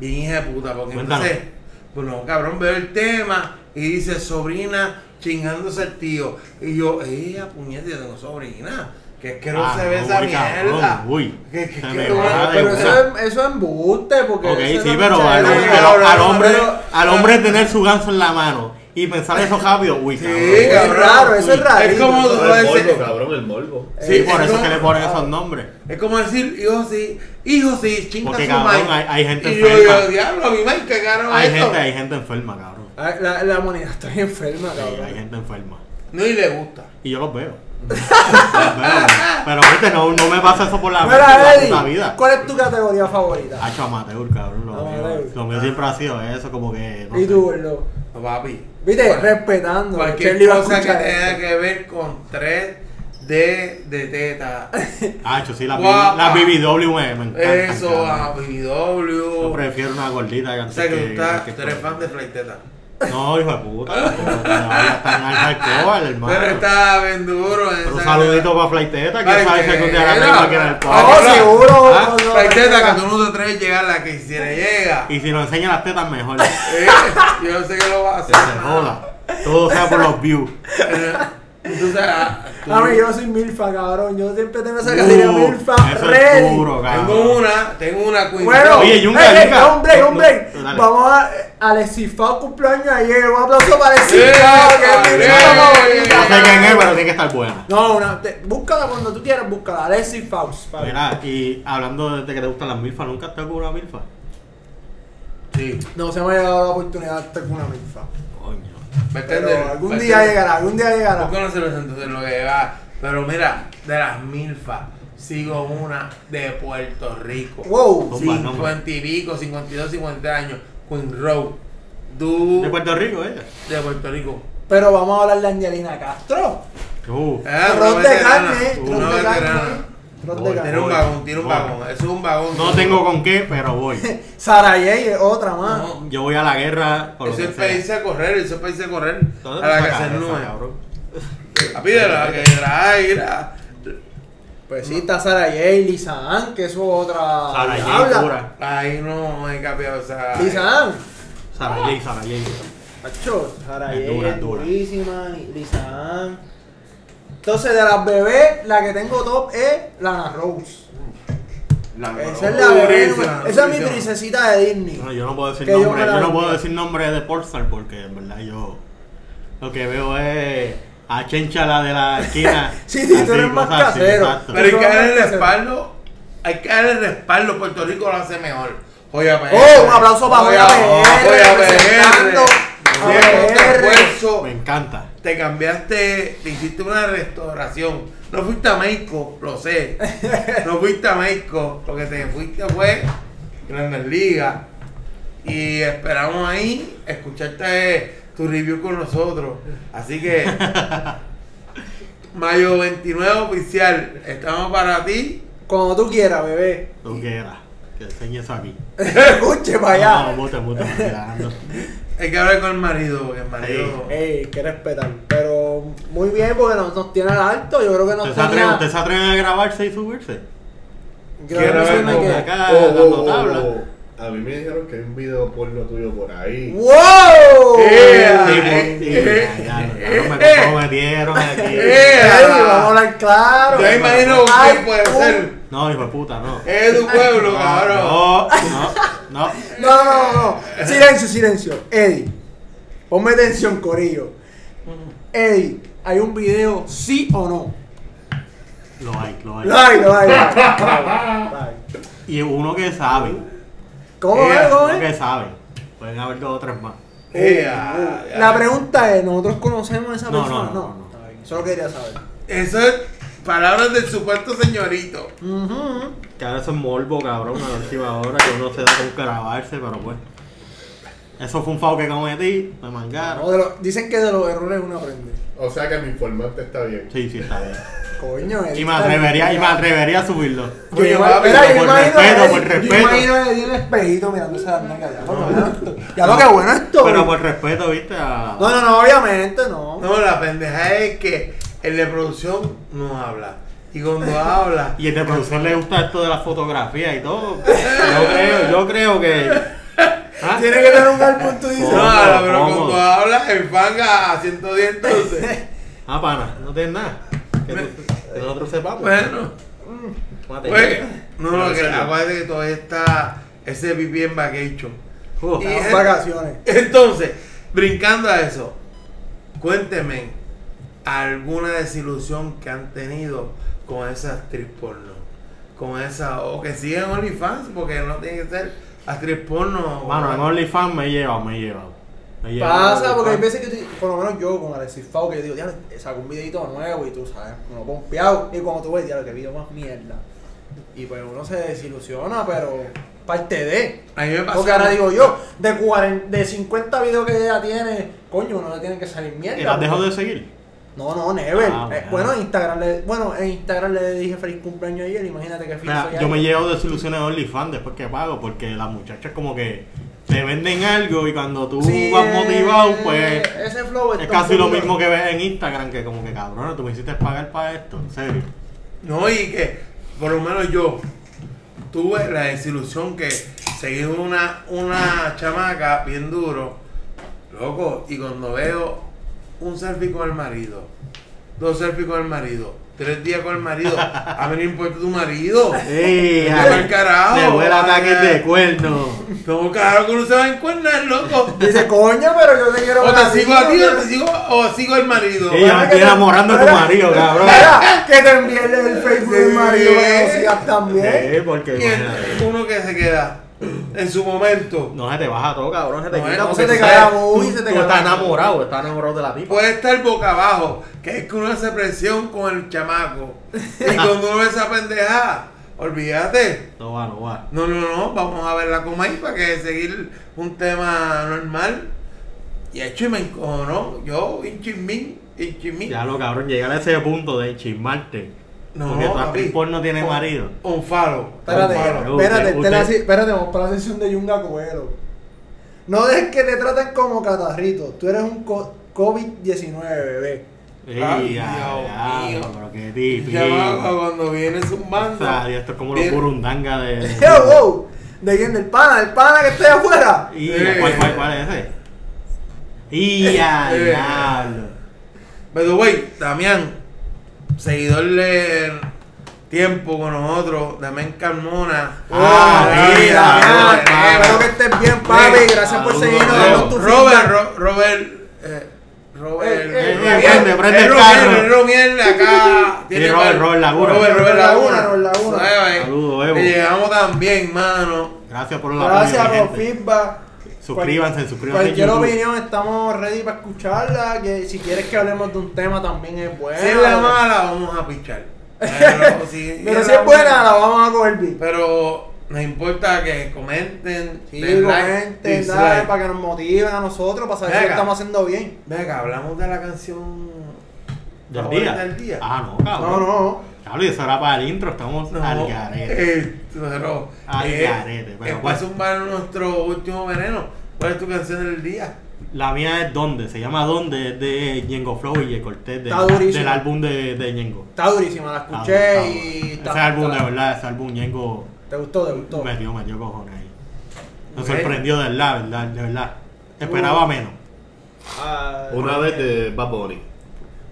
Bien hija de puta, porque Cuéntanos. entonces. Bueno, cabrón, veo el tema y dice sobrina chingándose el tío. Y yo, ella, puñete, yo tengo sobrina. Que es que no Ah, se ve no, esa uy, cabrón, mierda. uy. Que- que- Se que- me no, va ah, de pero una. eso es, eso es embuste, porque. Ok, eso es sí, una pero al, muchacha bueno, de- pero cabrón, al hombre, pero- al hombre tener su ganso en la mano y pensar eso rápido, uy, cabrón. Sí, cabrón. Es raro, eso es Uy, raro. Es como tú No, el puedes morbo, decir- cabrón, el morbo. Sí, Eh, por eso no. es que le ponen esos nombres. Es como decir, hijo sí, hijo sí, chinga Porque, su cabrón, madre. hay- hay gente Y yo, enferma. yo, diablo, mi madre cagaron Hay esto. gente, hay gente enferma, cabrón. Ay, eh, La, la humanidad está bien enferma, Sí, hay Ah, cabrón. gente enferma. No, y le gusta. Y yo los veo. [laughs] Los veo. pero viste, no, no me pasa eso por la, por Mira, la Eddie, puta vida. ¿cuál es tu categoría favorita? Hacho amateur, cabrón. Lo mío, Amateur. lo mío siempre ha sido eso, como que. no Y sé. tú, Gordo. No, papi. Viste, Cual- respetando. Cualquier Shirley va a cosa que escuchar tenga esto. que ver con 3D de [laughs] teta. Hacho, sí, la, Guapa. la BBW me, me encanta. Eso, Ah, a Yo BW. prefiero una gordita que O antes sea que tú, que- estás, que- tú eres fan de Flight Teta. No, hijo de puta. Están al hardcore, hermano. Pero está bien duro. en Pero un esa- saludito para Flaiteta, que sabe si algún día la Flaiteta. tengo aquí en el Oh, podcast. Ahora- seguro. Ah, gordo, Flight Teta, que respeta. tú no te atreves a llegar a la que quisiera llega. Y si nos enseña las tetas, mejor. Que Eh, yo sé que lo vas a hacer. se mano. joda. Todo sea por los views. Eh, tú serás- tú- A mí, yo soy milfa, cabrón. Yo siempre tengo esa categoría Uh, milfa. Eso es ready. duro, Tengo cabrón. una, tengo una Queen Bueno, Oye, Oye, Yunga, ey, ey, Yunga. da un break, da un break. No, dale. Vamos a Alexifao cumpleaños ayer. Un aplauso para Alexifao, Yeah, que es mi yeah. favorita, No sé cabrón. quién es, pero tiene que estar buena. No, una, te- búscala cuando tú quieras, búscala. Alexis Faust. padre. Mira, y hablando de que te gustan las milfas, ¿nunca has estado con una milfa? sí, No se me ha llegado la oportunidad de estar con una milfa. Coño. me entiendes. Pero algún Me día entiendes. llegará, algún día llegará. Tú conoces los entonces lo que va. Pero mira, de las milfas, sigo una de Puerto Rico. Wow. Toma, 50 y pico, 52, 50 años. Queen Row. Du De Puerto Rico, ¿eh? ella. de Puerto Rico. Pero vamos a hablar de Angelina Castro. Uh. Ah, una Ron de veterana, carne, eh, una ron de carne. veterana. Ron Voy, de Tiene carne. un vagón, tiene un Voy. vagón. Eso es un vagón. No tengo con qué, pero voy. Sarayey es otra más. No, Yo voy a la guerra por lo Eso que es sea. para irse a correr, eso es para irse a correr. ¿Dónde A la está que se esa, nube. cabrón? A pídela, que trae, mira. Pues sí, está Sarayey, Lisa Ann, que eso es otra. Sarah J. habla. pura. Ahí no he capiado, o sea. Lisa Ann. Sarah J, Sarah J. Macho, Sara Es Jay dura, es dura. durísima, Lisa Ann. Entonces, de las bebés, la que tengo top es Lana Rose. Esa es la bebé. Durísima, Esa es mi durísima. princesita de Disney. No, yo no puedo decir Que yo nombre, me yo, la no vi. puedo decir nombre de Pornstar porque en verdad yo lo que veo es a Chencha la de la esquina. [laughs] Sí, sí, así, tú eres más cosas así, casero. exacto. Pero hay que darle el respaldo. Hay que darle el respaldo. Puerto Rico lo hace mejor. Joya PR. Oh, un aplauso para Joya PR, Joya representando PR. a Bien, PR. esfuerzo. Me encanta. Te cambiaste, te hiciste una restauración. No fuiste a México, lo sé. No fuiste a México. Lo que te fuiste fue Grandes Ligas. Y esperamos ahí escucharte tu review con nosotros. Así que, [laughs] mayo 29 oficial, estamos para ti. Cuando tú quieras, bebé. [laughs] Tú que era. Que enseñe eso aquí. Escuche para No, allá. bote, bote, me quedando. Hay que hablar con el marido, porque el marido. Ey, que respetar. Pero muy bien, porque nos, nos tiene al alto. Yo creo que nos ¿Usted se atreve- tenía- ¿Usted se atreve a grabarse y subirse? Yo creo Quiero que se ver me con queda- acá. Ah, Oh, dando tabla. A mí me dijeron que hay un video porno tuyo por Uh. ahí. ¡Wow! Yeah. Ah, Sí, eh, sí, eh, ya, ya, ya, eh, no me eh. comprometieron aquí. Eh. Ey, vamos a hablar claro. Yo imagino Ay, que puede uh. ser. No, hijo de puta, no. Eh, Es tu pueblo, cabrón. No, no, no. No, no, no, no. Silencio, silencio. Eddie, ponme atención, Corillo. Eddie, ¿hay un video sí o no? Lo hay, lo hay. Lo hay, lo hay. lo hay. Lo hay. Y uno que sabe. ¿Cómo Eh, es, cómo Uno es? que sabe. Pueden haber dos o tres más. Ea, ya. La pregunta es, ¿nosotros conocemos a esa No, persona? no, no, no. Está bien, Solo quería saber. Eso es palabras del supuesto señorito. Ujú. Que ahora eso es morbo, cabrón, a la última hora, que uno se da con grabarse, pero pues. Eso fue un fao que cometí, me mangaron. No, de los- dicen que de los errores uno aprende. O sea que mi informante está bien. Sí, sí, está bien. Coño, Y me atrevería, y me atrevería a subirlo. Yo, Oye, ima- papi, mira, yo por imagino respeto, a por Eddie- respeto. yo imagino a Eddie en el espejito mirándose las nalgas. Ya, lo que bueno esto. Ya lo que bueno esto. Pero por respeto, viste, a. No, no, no, obviamente no. No, la pendeja es que el de producción no habla. Y [laughs] cuando habla, Y el de producción le gusta esto de la fotografía y todo. Yo creo, yo creo [laughs] que. ¿Ah? Tiene que tener un mal punto no ¿Cómo? habla, pero ¿Cómo? cuando habla, el fanga a 110 [laughs] entonces. Ah, pana, no tienes nada. Que, tú- que nosotros sepamos. bueno, Mate. pues, no, Pero no, en que serio. acuérdate que todavía está ese pipi en vacation. Uh, Y- Las vacaciones. Entonces, brincando a eso, cuénteme alguna desilusión que han tenido con esa actriz porno. Con esa, o que siguen OnlyFans, porque no tiene que ser actriz porno. Mano, en OnlyFans me he llevado, me he llevado. Me he llevado en Pasa, porque hay OnlyFans. veces que tú, por lo menos yo, con Alexis Fau, que yo digo, diablo, saco un videito nuevo y tú sabes, uno pompeado. Y cuando tú ves, diablo, que video más mierda. Y pues uno se desilusiona, pero parte de. A mí me pasó. Porque ahora digo yo, de, 40, de 50 videos que ella tiene, coño, no le tienen que salir mierda. ¿Y las dejo de seguir? No, no, never. Ah, Eh, bueno. bueno, en Instagram le, bueno, en Instagram le dije feliz cumpleaños ayer, imagínate que feliz Mira, soy yo ayer. me llevo desilusiones de OnlyFans después que pago, porque las muchachas como que te venden algo y cuando tú Sí, vas motivado, eh, pues ese flow es casi lo mismo que ves en Instagram, que como que cabrón, tú me hiciste pagar para esto, en serio. No, y que por lo menos yo tuve la desilusión que seguí una, una chamaca bien duro, loco, y cuando veo un selfie con el marido, dos selfies con el marido, tres días con el marido, a mí no importa tu marido. ¡Ey! Me ay, lleva el carajo. ¡Te vuela ataques Ay. de cuerno! No, claro que uno se va a encuernar, loco. Dice, coño, pero [laughs] yo te quiero O ver te sigo a ti pero- o te sigo, o sigo al marido. Ella me Ahora estoy que te- enamorando de tu ahora- marido, cabrón. Mira, que te envíe el- el Facebook del Sí. marido que lo sigas también. Sí, porque Y imagínate, el- uno que se queda en su momento. no se te baja todo, cabrón, se te No, quita. no porque se te tú cae la sabes, movie, tú- se te tú cae la Pues- estás movie. enamorado, estás enamorado de la tipa. Puede estar boca abajo, que es que uno hace presión con el chamaco. Y cuando uno ve esa pendejada, olvídate. No va, no va. No, no, no, vamos a verla como ahí para que seguir un tema normal. Y hecho, y me encojonó. Yo, inchimín, inchimín. Ya lo cabrón, llegar a ese punto de chismarte. No, porque tu papi. actriz porno tiene Un- marido. Un faro. Espérate, un faro. Usted- espérate, usted- te la- espérate, vamos para la sesión de Yunga Coelho. No dejes que te traten como catarrito. Tú eres un co- [laughs] COVID-19, bebé. Ey, Ah, Ay, ya, Dios ya, mío. pero qué El típico. chamaco cuando viene O zumbando. sea, y esto es como los Bien. burundanga de. [laughs] Yo, wow. ¿De quién? ¿Del pana? ¿Del pana que esté afuera? Y Eh. ¿cuál, cuál, cuál es ese? Y ya, Eh. diablo. Pero güey, Damián, seguidor de tiempo con nosotros, Damián Carmona. Ah, Damián, mira, Damián, Robert, Damián. Espero que estés bien, papi. Gracias por Ah, Saludos, seguirnos. Robert. danos tu Robert, feedback. Ro- Robert, eh, Robert, Eh, eh, eh, eh, Robert, prende, prende eh, el Robert, carro. Robert, Robert, acá. tiene Robert, par- Robert Laguna. Robert, Robert Robert Laguna. Laguna, Robert Laguna. ¿Sabes? Saludos, Evo. Le llegamos también, mano. Gracias por el Gracias apoyo. mi por gente. feedback. Suscríbanse, suscríbanse. Cualquier en YouTube. opinión estamos ready para escucharla. Que si quieres que hablemos de un tema también es buena. Si es la mala, vamos a [laughs] pichar. Pero si, Pero si es buena, la vamos a coger bien. Pero nos importa que comenten, Sí, den like, comenten, dislike. dale, para que nos motiven a nosotros, para saber si Venga. lo estamos haciendo bien. Venga, hablamos de la canción ¿Del favorita día? del día. Ah, no, cabrón. No, no. Claro, y eso era para el intro, estamos No, al garete. eh, pero, Al eh, garete, pero es bueno. para zumbar nuestro último veneno. ¿Cuál es tu canción del día? La mía es Donde, se llama Donde, es de Ñengo Flow y de Cortés, de- Está durísimo. del álbum de, de Ñengo. Está durísima, la Está escuché duro, está y... duro. está- Ese álbum, de está- verdad, ese álbum Ñengo ¿Te gustó? ¿Te gustó? metió, metió cojones ahí. Me Ok. sorprendió de verdad, verdad, de verdad. Uh. Esperaba menos. Ah, Una vez de Bad Bunny.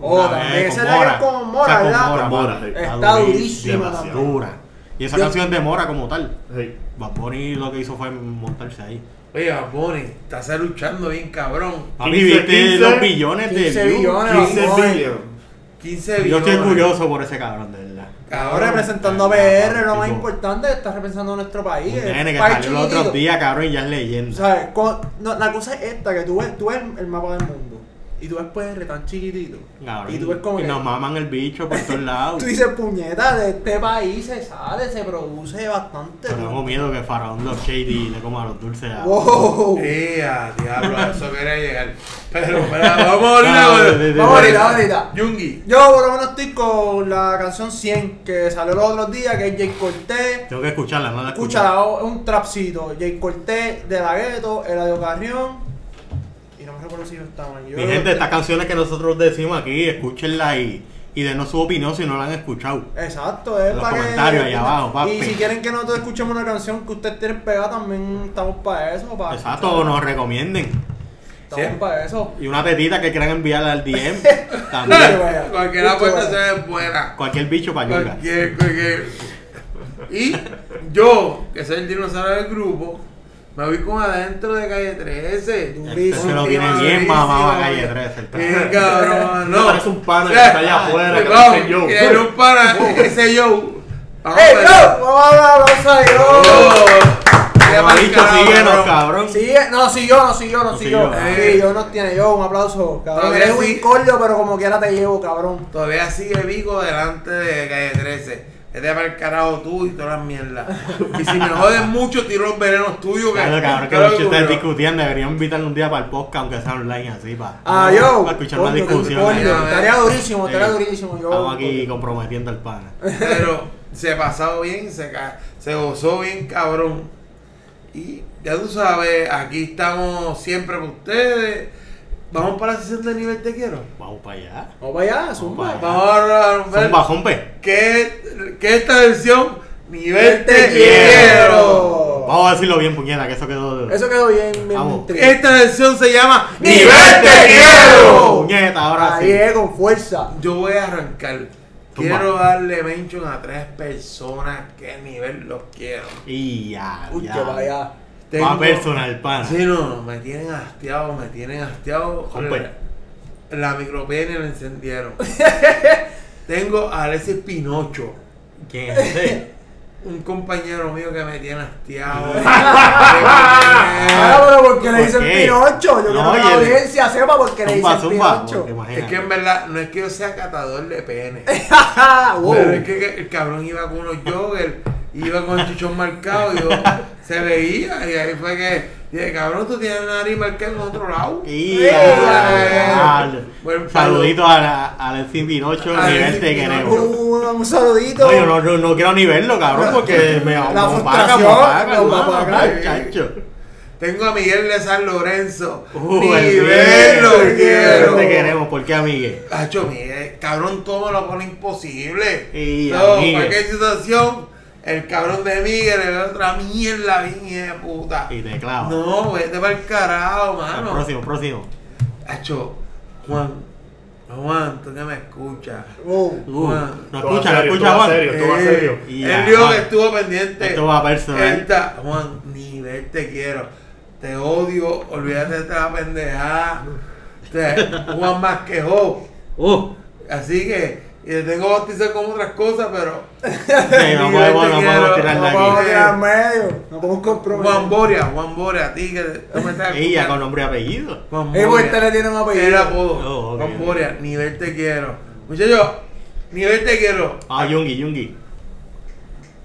Oh, Una también. vez Esa eh, con es la que es Mora. con Esa con Mora, Mora, ¿verdad? Mora, mano. sí. Está durísima demasiado. también. Dura. Y esa Yo- canción de Mora como tal. Hey. Bad Bunny lo que hizo fue montarse ahí. Oye, Bad Bunny, estás luchando bien cabrón. Papi, 15, viste 15, los billones de 15 views. billones, Yo- 15 Bad Bunny. billion. 15 Yo estoy billones. curioso por ese cabrón, de verdad. Ahora Cabrón, representando a PR, lo más importante es estar representando a nuestro Un país. el nene que país salió los chiquitito. otros días, cabrón, y ya es leyenda. ¿Sabes? Cu- no, la cosa es esta, que tú ves, tú ves el mapa del mundo. Y tú ves PR tan chiquitito. Cabrón. y tú ves como que- nos maman el bicho por todos lados. [laughs] Tú dices, puñeta, de este país se sale, se produce bastante. Pero tengo miedo que Faraón los shady le coma los dulces a. Wow. ¡Ea, diablo! Oh. Eh, A eso quería llegar. Pero, [laughs] pero, vamos Ah, ahorita. de- de- de- Vamos ahorita, vamos ahorita. Yungi. Yo por lo menos estoy con la canción 100 que salió los otros días, que es Jake Cortés. Tengo que escucharla, no la escucho. Escucha, es un trapcito. Jake Cortés de la Gueto, Eladio Carrión. Y no me recuerdo si yo estaba yo. Mi gente, estas canciones que nosotros decimos aquí, escúchenla y, y denos su opinión si no la han escuchado. Exacto, es Los para que- comentarios ahí abajo, papi. Y si quieren que nosotros escuchemos una canción que ustedes tienen pegada, también estamos para eso. Para Exacto, o nos recomienden. Estamos Sí. para eso. Y una tetita que quieran enviarla al [laughs] DM. [laughs] Dale, También. vaya. Cualquier apuesta se ve buena. Cualquier bicho para ayudar. Cualquier, cualquier. Y yo, que soy el dinosaurio del grupo, me voy con adentro de calle 13. Este se lo tiene bien Durísimo, mamado a durísimo. calle 13. el Bien, perro. cabrón, Me [laughs] no. parece un pana que Sí. está Ah, allá afuera, que Vamos, dice yo. que era un pana, ese yo. Vamos ¡Ey, para allá. no! ¡Vamos a hablar, vamos a ir, Oh, no! qué Como ha dicho, marcado, síguenos, cabrón. cabrón. Sigue, no, siguió, no, siguió, no, No siguió. siguió. Sí, yo no tiene yo, un aplauso, cabrón. Todavía Eres un sí. incordio, pero como quiera te llevo, cabrón. Todavía sigue Vigo delante de calle 13. Vete para el carajo tú y todas las mierdas. Y si me joden mucho, tiro los venenos tuyos. que- Claro, cabrón, que creo los ocurrió. ustedes discutiendo, deberían invitarle un día para el podcast, aunque sea online así, para, Ah, yo. para escuchar la coño, discusión. coño, ahí. ¿no? Estaría durísimo, estaría Sí. durísimo. Yo, Estamos aquí comprometiendo al pana. Pero se pasado bien, se, ca- se gozó bien, cabrón. Y ya tú sabes, aquí estamos siempre con ustedes. Vamos para la sesión de nivel te quiero. Vamos para allá. Vamos para allá, zumba. Vamos Vamos a romper. Son bajón, pe. ¿Qué, qué esta versión? Nivel te, Te quiero. Vamos a decirlo bien, puñeta, que eso quedó. Eso quedó bien, bien Vamos. triste. Esta versión se llama ¡Nivel Te Quiero! Puñeta, ahora Ahí sí. es, eh, con fuerza. Yo voy a arrancar. Tumba. Quiero darle mention a tres personas. ¿Qué nivel los quiero? Y ya, Uy, ya. que vaya. Va personal, pana. Sí, no, me tienen hastiado, me tienen hastiado. Compa. La, la micropene la encendieron. Tengo a Alexis Pinocho, ¿Quién es [laughs] ese? un compañero mío que me tiene hastiado. Eh. Ah, pero porque ¿por le dicen qué? Pinocho. Yo No, quiero que la oye, audiencia sepa porque le Zumba, dicen zumba. Pinocho. porque es imagínate. que en verdad no es que yo sea catador de pene. [laughs] Uh. wow. Pero es que el cabrón iba con unos joggers, iba con el chichón marcado, [laughs] y yo, se veía, y ahí fue que dije, cabrón, tú tienes la nariz marcada en otro lado. Y Ey, ya, ya. ya. Buen palo. Saluditos a, la- a Alexis Pinocho, nivel Alexis te Pinocho. queremos. un, un saludito. No, yo no, no, no quiero ni verlo, cabrón, porque me La me frustración, me opaca, me opaca, hermano, eh. chacho. Tengo a Miguel de San Lorenzo. Uh, el Nivel lo nivel quiero. Te queremos, ¿por qué, amigue? Hacho, Miguel, cabrón, todo me lo pone imposible. Y no, a Miguel. cualquier situación, el cabrón de Miguel le da otra mierda bien hija de puta. Y te clavo. No, vete para el carajo, Al mano. próximo, próximo. Hacho, Juan, Juan, tú que me escuchas. Wow. Uh, Juan. no Todo escucha, no serio, escucha, todo Juan. serio. esto va Eh, serio. Y Él ya, dijo Juan. que estuvo pendiente. Esto va personal. Esta, Juan, nivel te quiero. Te odio. Olvídate de esta pendejada. O sea, Juan más que Job. Uh, Así que y le tengo bautizado con otras cosas, pero. sí, no Nivel podemos, te no quiero. podemos No tirarla podemos aquí. Eh. quedar en medio. No podemos comprometer. Juan Boria, Juan Boria, a ti que tú me estás Ella con escuchando. nombre y apellido. Juan Es porque Boria. usted pues, le tiene un apellido. Era apodo. Oh, ok, Juan ok. Boria, nivel te quiero. Muchachos, nivel te quiero. Ah, Yungi, Yungi.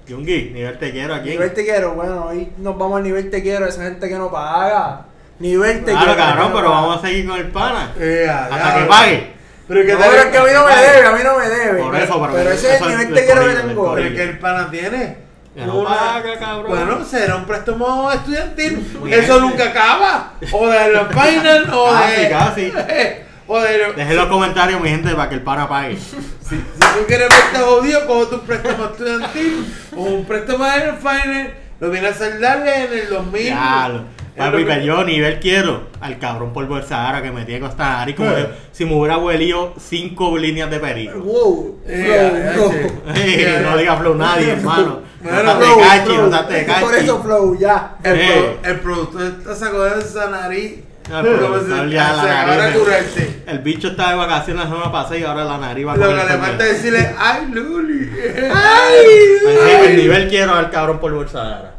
Yungi, nivel te quiero aquí. Nivel te quiero, bueno, hoy nos vamos al nivel te quiero, esa gente que no paga. Nivel te Claro, quiero. cabrón, pero vamos a seguir con el pana. Eh, Hasta que diablo. pague. Pero que No, tal- pero es que a mí no me Vale. debe, a mí no me debe. Por eso, pero- pero ese es eso el es nivel del te quiero que corillo, del tengo. corillo. Pero que el pana tiene. Que no paga, cabrón. Bueno, será un préstamo estudiantil. Muy bien. Eso Ah, nunca acaba. O de [laughs] los final o de. Casi, casi. [laughs] O de los- Dejen los comentarios, mi gente, para que el pana pague. Si, si tú quieres verte jodido, coge tu préstamo estudiantil o un préstamo de final. Lo viene a saldarle en el 2000. Ya, En lo- el Papi, 2000. pero yo nivel quiero al cabrón polvo del Sahara que me tiene Costa Nari como Eh. si me hubiera huelido cinco líneas de [laughs] perico. Wow. Eh, flow, eh, flow. Ey, no diga flow nadie, hermano. No Bueno, te flow, cachi, no te cachi. Por eso, Flow, ya. El, Eh. pro- el productor está sacando esa nariz. Ah, pero Como si está oleada la se acabara nariz, de eh. curarse. El bicho está de vacaciones la semana pasada y ahora la nariz va Lo que Ah, con pues. el le falta enfermero. es decirle, ay Luli. Así que el Ay. nivel quiero al cabrón polvo del Sahara.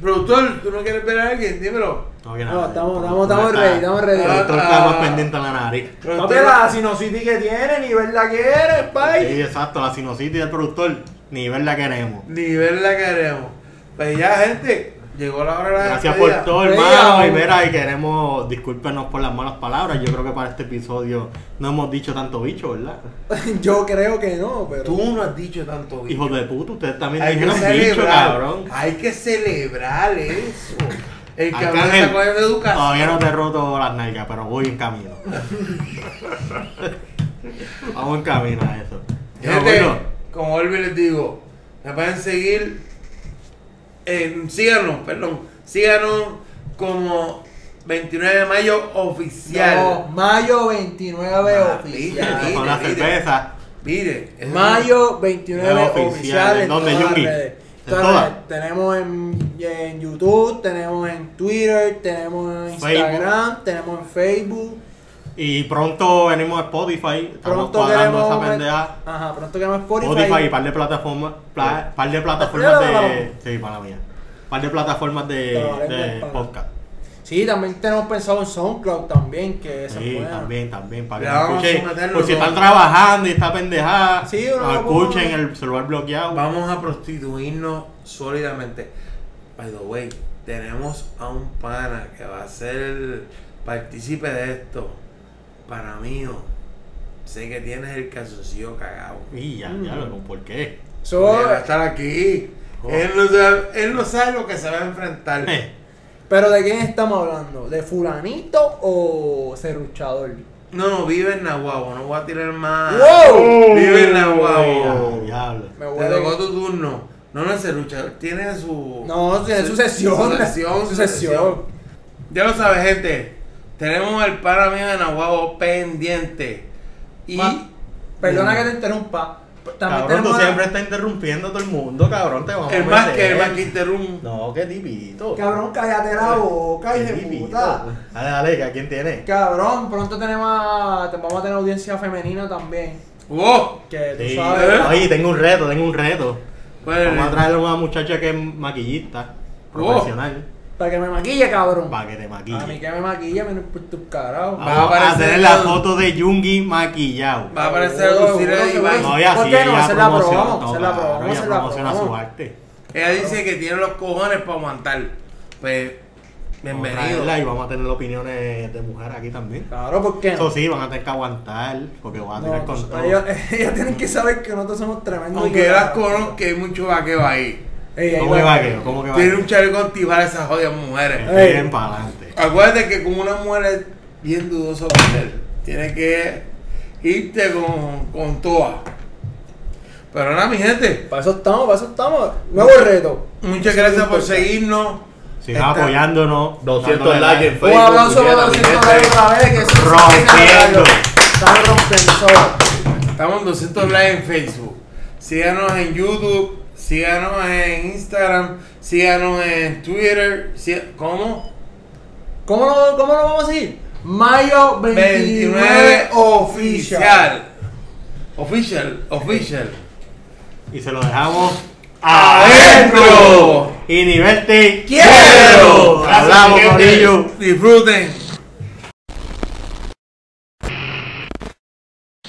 Productor, ¿tú no quieres ver a alguien? Dímelo. No había No, nada. estamos- Tú- estamos- tú estamos estás- ready, estamos ready. tú estás Ah. más pendiente a la nariz. Pero Papi, usted- la sinusitis que tiene, ni verla quieres, Sí, pai. exacto, la sinusitis del productor, ni verla queremos. Ni verla queremos. Pues ya, gente, llegó la hora de la Gracias por despedida. todo, Despedida. hermano. Y verá, y queremos discúlpenos por las malas palabras. Yo creo que para este episodio no hemos dicho tanto bicho, ¿verdad? [laughs] Yo creo que no, pero. Tú no has dicho tanto bien. Hijos de puta, ustedes también Hay que dijeron bicho, celebrar. cabrón. Hay que celebrar eso. El cabrón Arcángel, está cogiendo educación. Todavía no te he roto las nalgas, pero voy en [laughs] camino. Vamos en camino a eso. Pero Gente, bueno, como vuelvo y les digo, me pueden seguir. en- síganos, perdón. Síganos como 29 de mayo No, oficial. mayo 29 Ah, oficial. con la mire, mire. cerveza. Mire, es- Mayo 29 Oficial, oficial. ¿en en dónde, todas las Yungi? redes. ¿En Todas las todas? redes. Tenemos en, en YouTube, tenemos en Twitter, tenemos en Facebook. Instagram, tenemos en Facebook. Y pronto venimos a Spotify. Estamos Pronto cuadrando queremos. esa pendeja. Ajá, pronto queremos Spotify. Spotify y par de plataformas, pla- par de plataformas Espera, de. Sí, para mía. Par de plataformas de, Pero, de para- podcast. Sí, también tenemos pensado en SoundCloud también, que esa es Sí, buena. también, también. Para que Le nos vamos a escuchen. someterlo Por si todo. están trabajando y está pendejada, Sí, uno nos lo pone. escuchen el celular bloqueado. vamos a prostituirnos sólidamente. By the way, tenemos a un pana que va a ser partícipe de esto. Para mí, sé que tienes el calzoncillo cagado. Y ya, Mm. ya lo ¿por qué? So, Oye, va a estar aquí. Oh. ¿Cómo? Él no, sabe, él no sabe lo que se va a enfrentar. Eh, pero ¿de quién estamos hablando? ¿De fulanito o serruchador? No, no, vive en Nahuabo. No voy a tirar más. ¡Wow! Vive en ya, Nahuabo. diablo. Me Te tocó huele. tu turno. No, no es el luchador. Tiene su. No, tiene [laughs] su sesión. Su sesión. Su su sesión. Ya lo sabes, gente. Tenemos al pana mío de Nahuabo pendiente. Y. Ma- Perdona que te interrumpa. También Cabrón, tú tenemos a- siempre estás interrumpiendo a todo el mundo, cabrón. Te vamos el a más que, meter. el más que interrumpe. No, qué tipito. Cabrón, cállate la boca, Qué hijo de tipito. puta. Dale, dale, que a quién tiene. Cabrón, pronto tenemos a- te- vamos a tener audiencia femenina también. ¡Oh! Que tú Sí. Eh. sabes. Oye, tengo un reto, tengo un reto. Pues, Bueno, Vamos a traer a una muchacha que es maquillista, Oh. profesional, Para que me maquille, cabrón. para que te A mí maquille. Ah, que me maquille, menos por tus carajo. Va a Vamos a aparecer tener la el- foto de Yungi maquillado. va a aparecer Seguro, Lucila seguro de que va a Iván. ser. No, y así ¿Por qué no? ella Se la promociona- probamos, no, se la claro, probamos, ella se la promociona su probamos. arte. Ella dice que tiene los cojones para aguantar. Pues, Vamos a bienvenido. traerla Y vamos a tener opiniones de mujer aquí también. Claro, ¿por qué Eso no? sí, van a tener que aguantar, porque van a tener No, con pues, todo. ellos, [laughs] ellas tienen que saber que nosotros somos tremendos. Aunque yo las ignorantes. conozco, hay mucho vaqueo ahí. Ey, ahí ¿Cómo que va. vaqueo? ¿Cómo que Tiene vaqueo? un chaleco antibalas esas jodidas mujeres. Ey. Bien para adelante. Acuérdate que con una mujer es bien dudoso vender. Tienes que irte con, con toa. Pero nada, mi gente. Para eso estamos, para eso estamos. Nuevo reto. Muchas Eso es gracias por importante. seguirnos. Sigan Está- Este- apoyándonos. 200 dándole likes en Un Facebook. aplauso para los puñeta, mi 200 gente. likes otra vez. Que eso se Rompiendo. Están rompiendo. Estamos en 200 likes en Facebook. Síganos en YouTube. Síganos en Instagram. Síganos en Twitter. sí- ¿Cómo? ¿Cómo lo, cómo lo vamos a decir? Mayo 29, oficial. Oficial, oficial. Y se lo dejamos ¡Adentro! Y nivel te ¡Quiero! Hablamos, Gente, Corillo. Disfruten.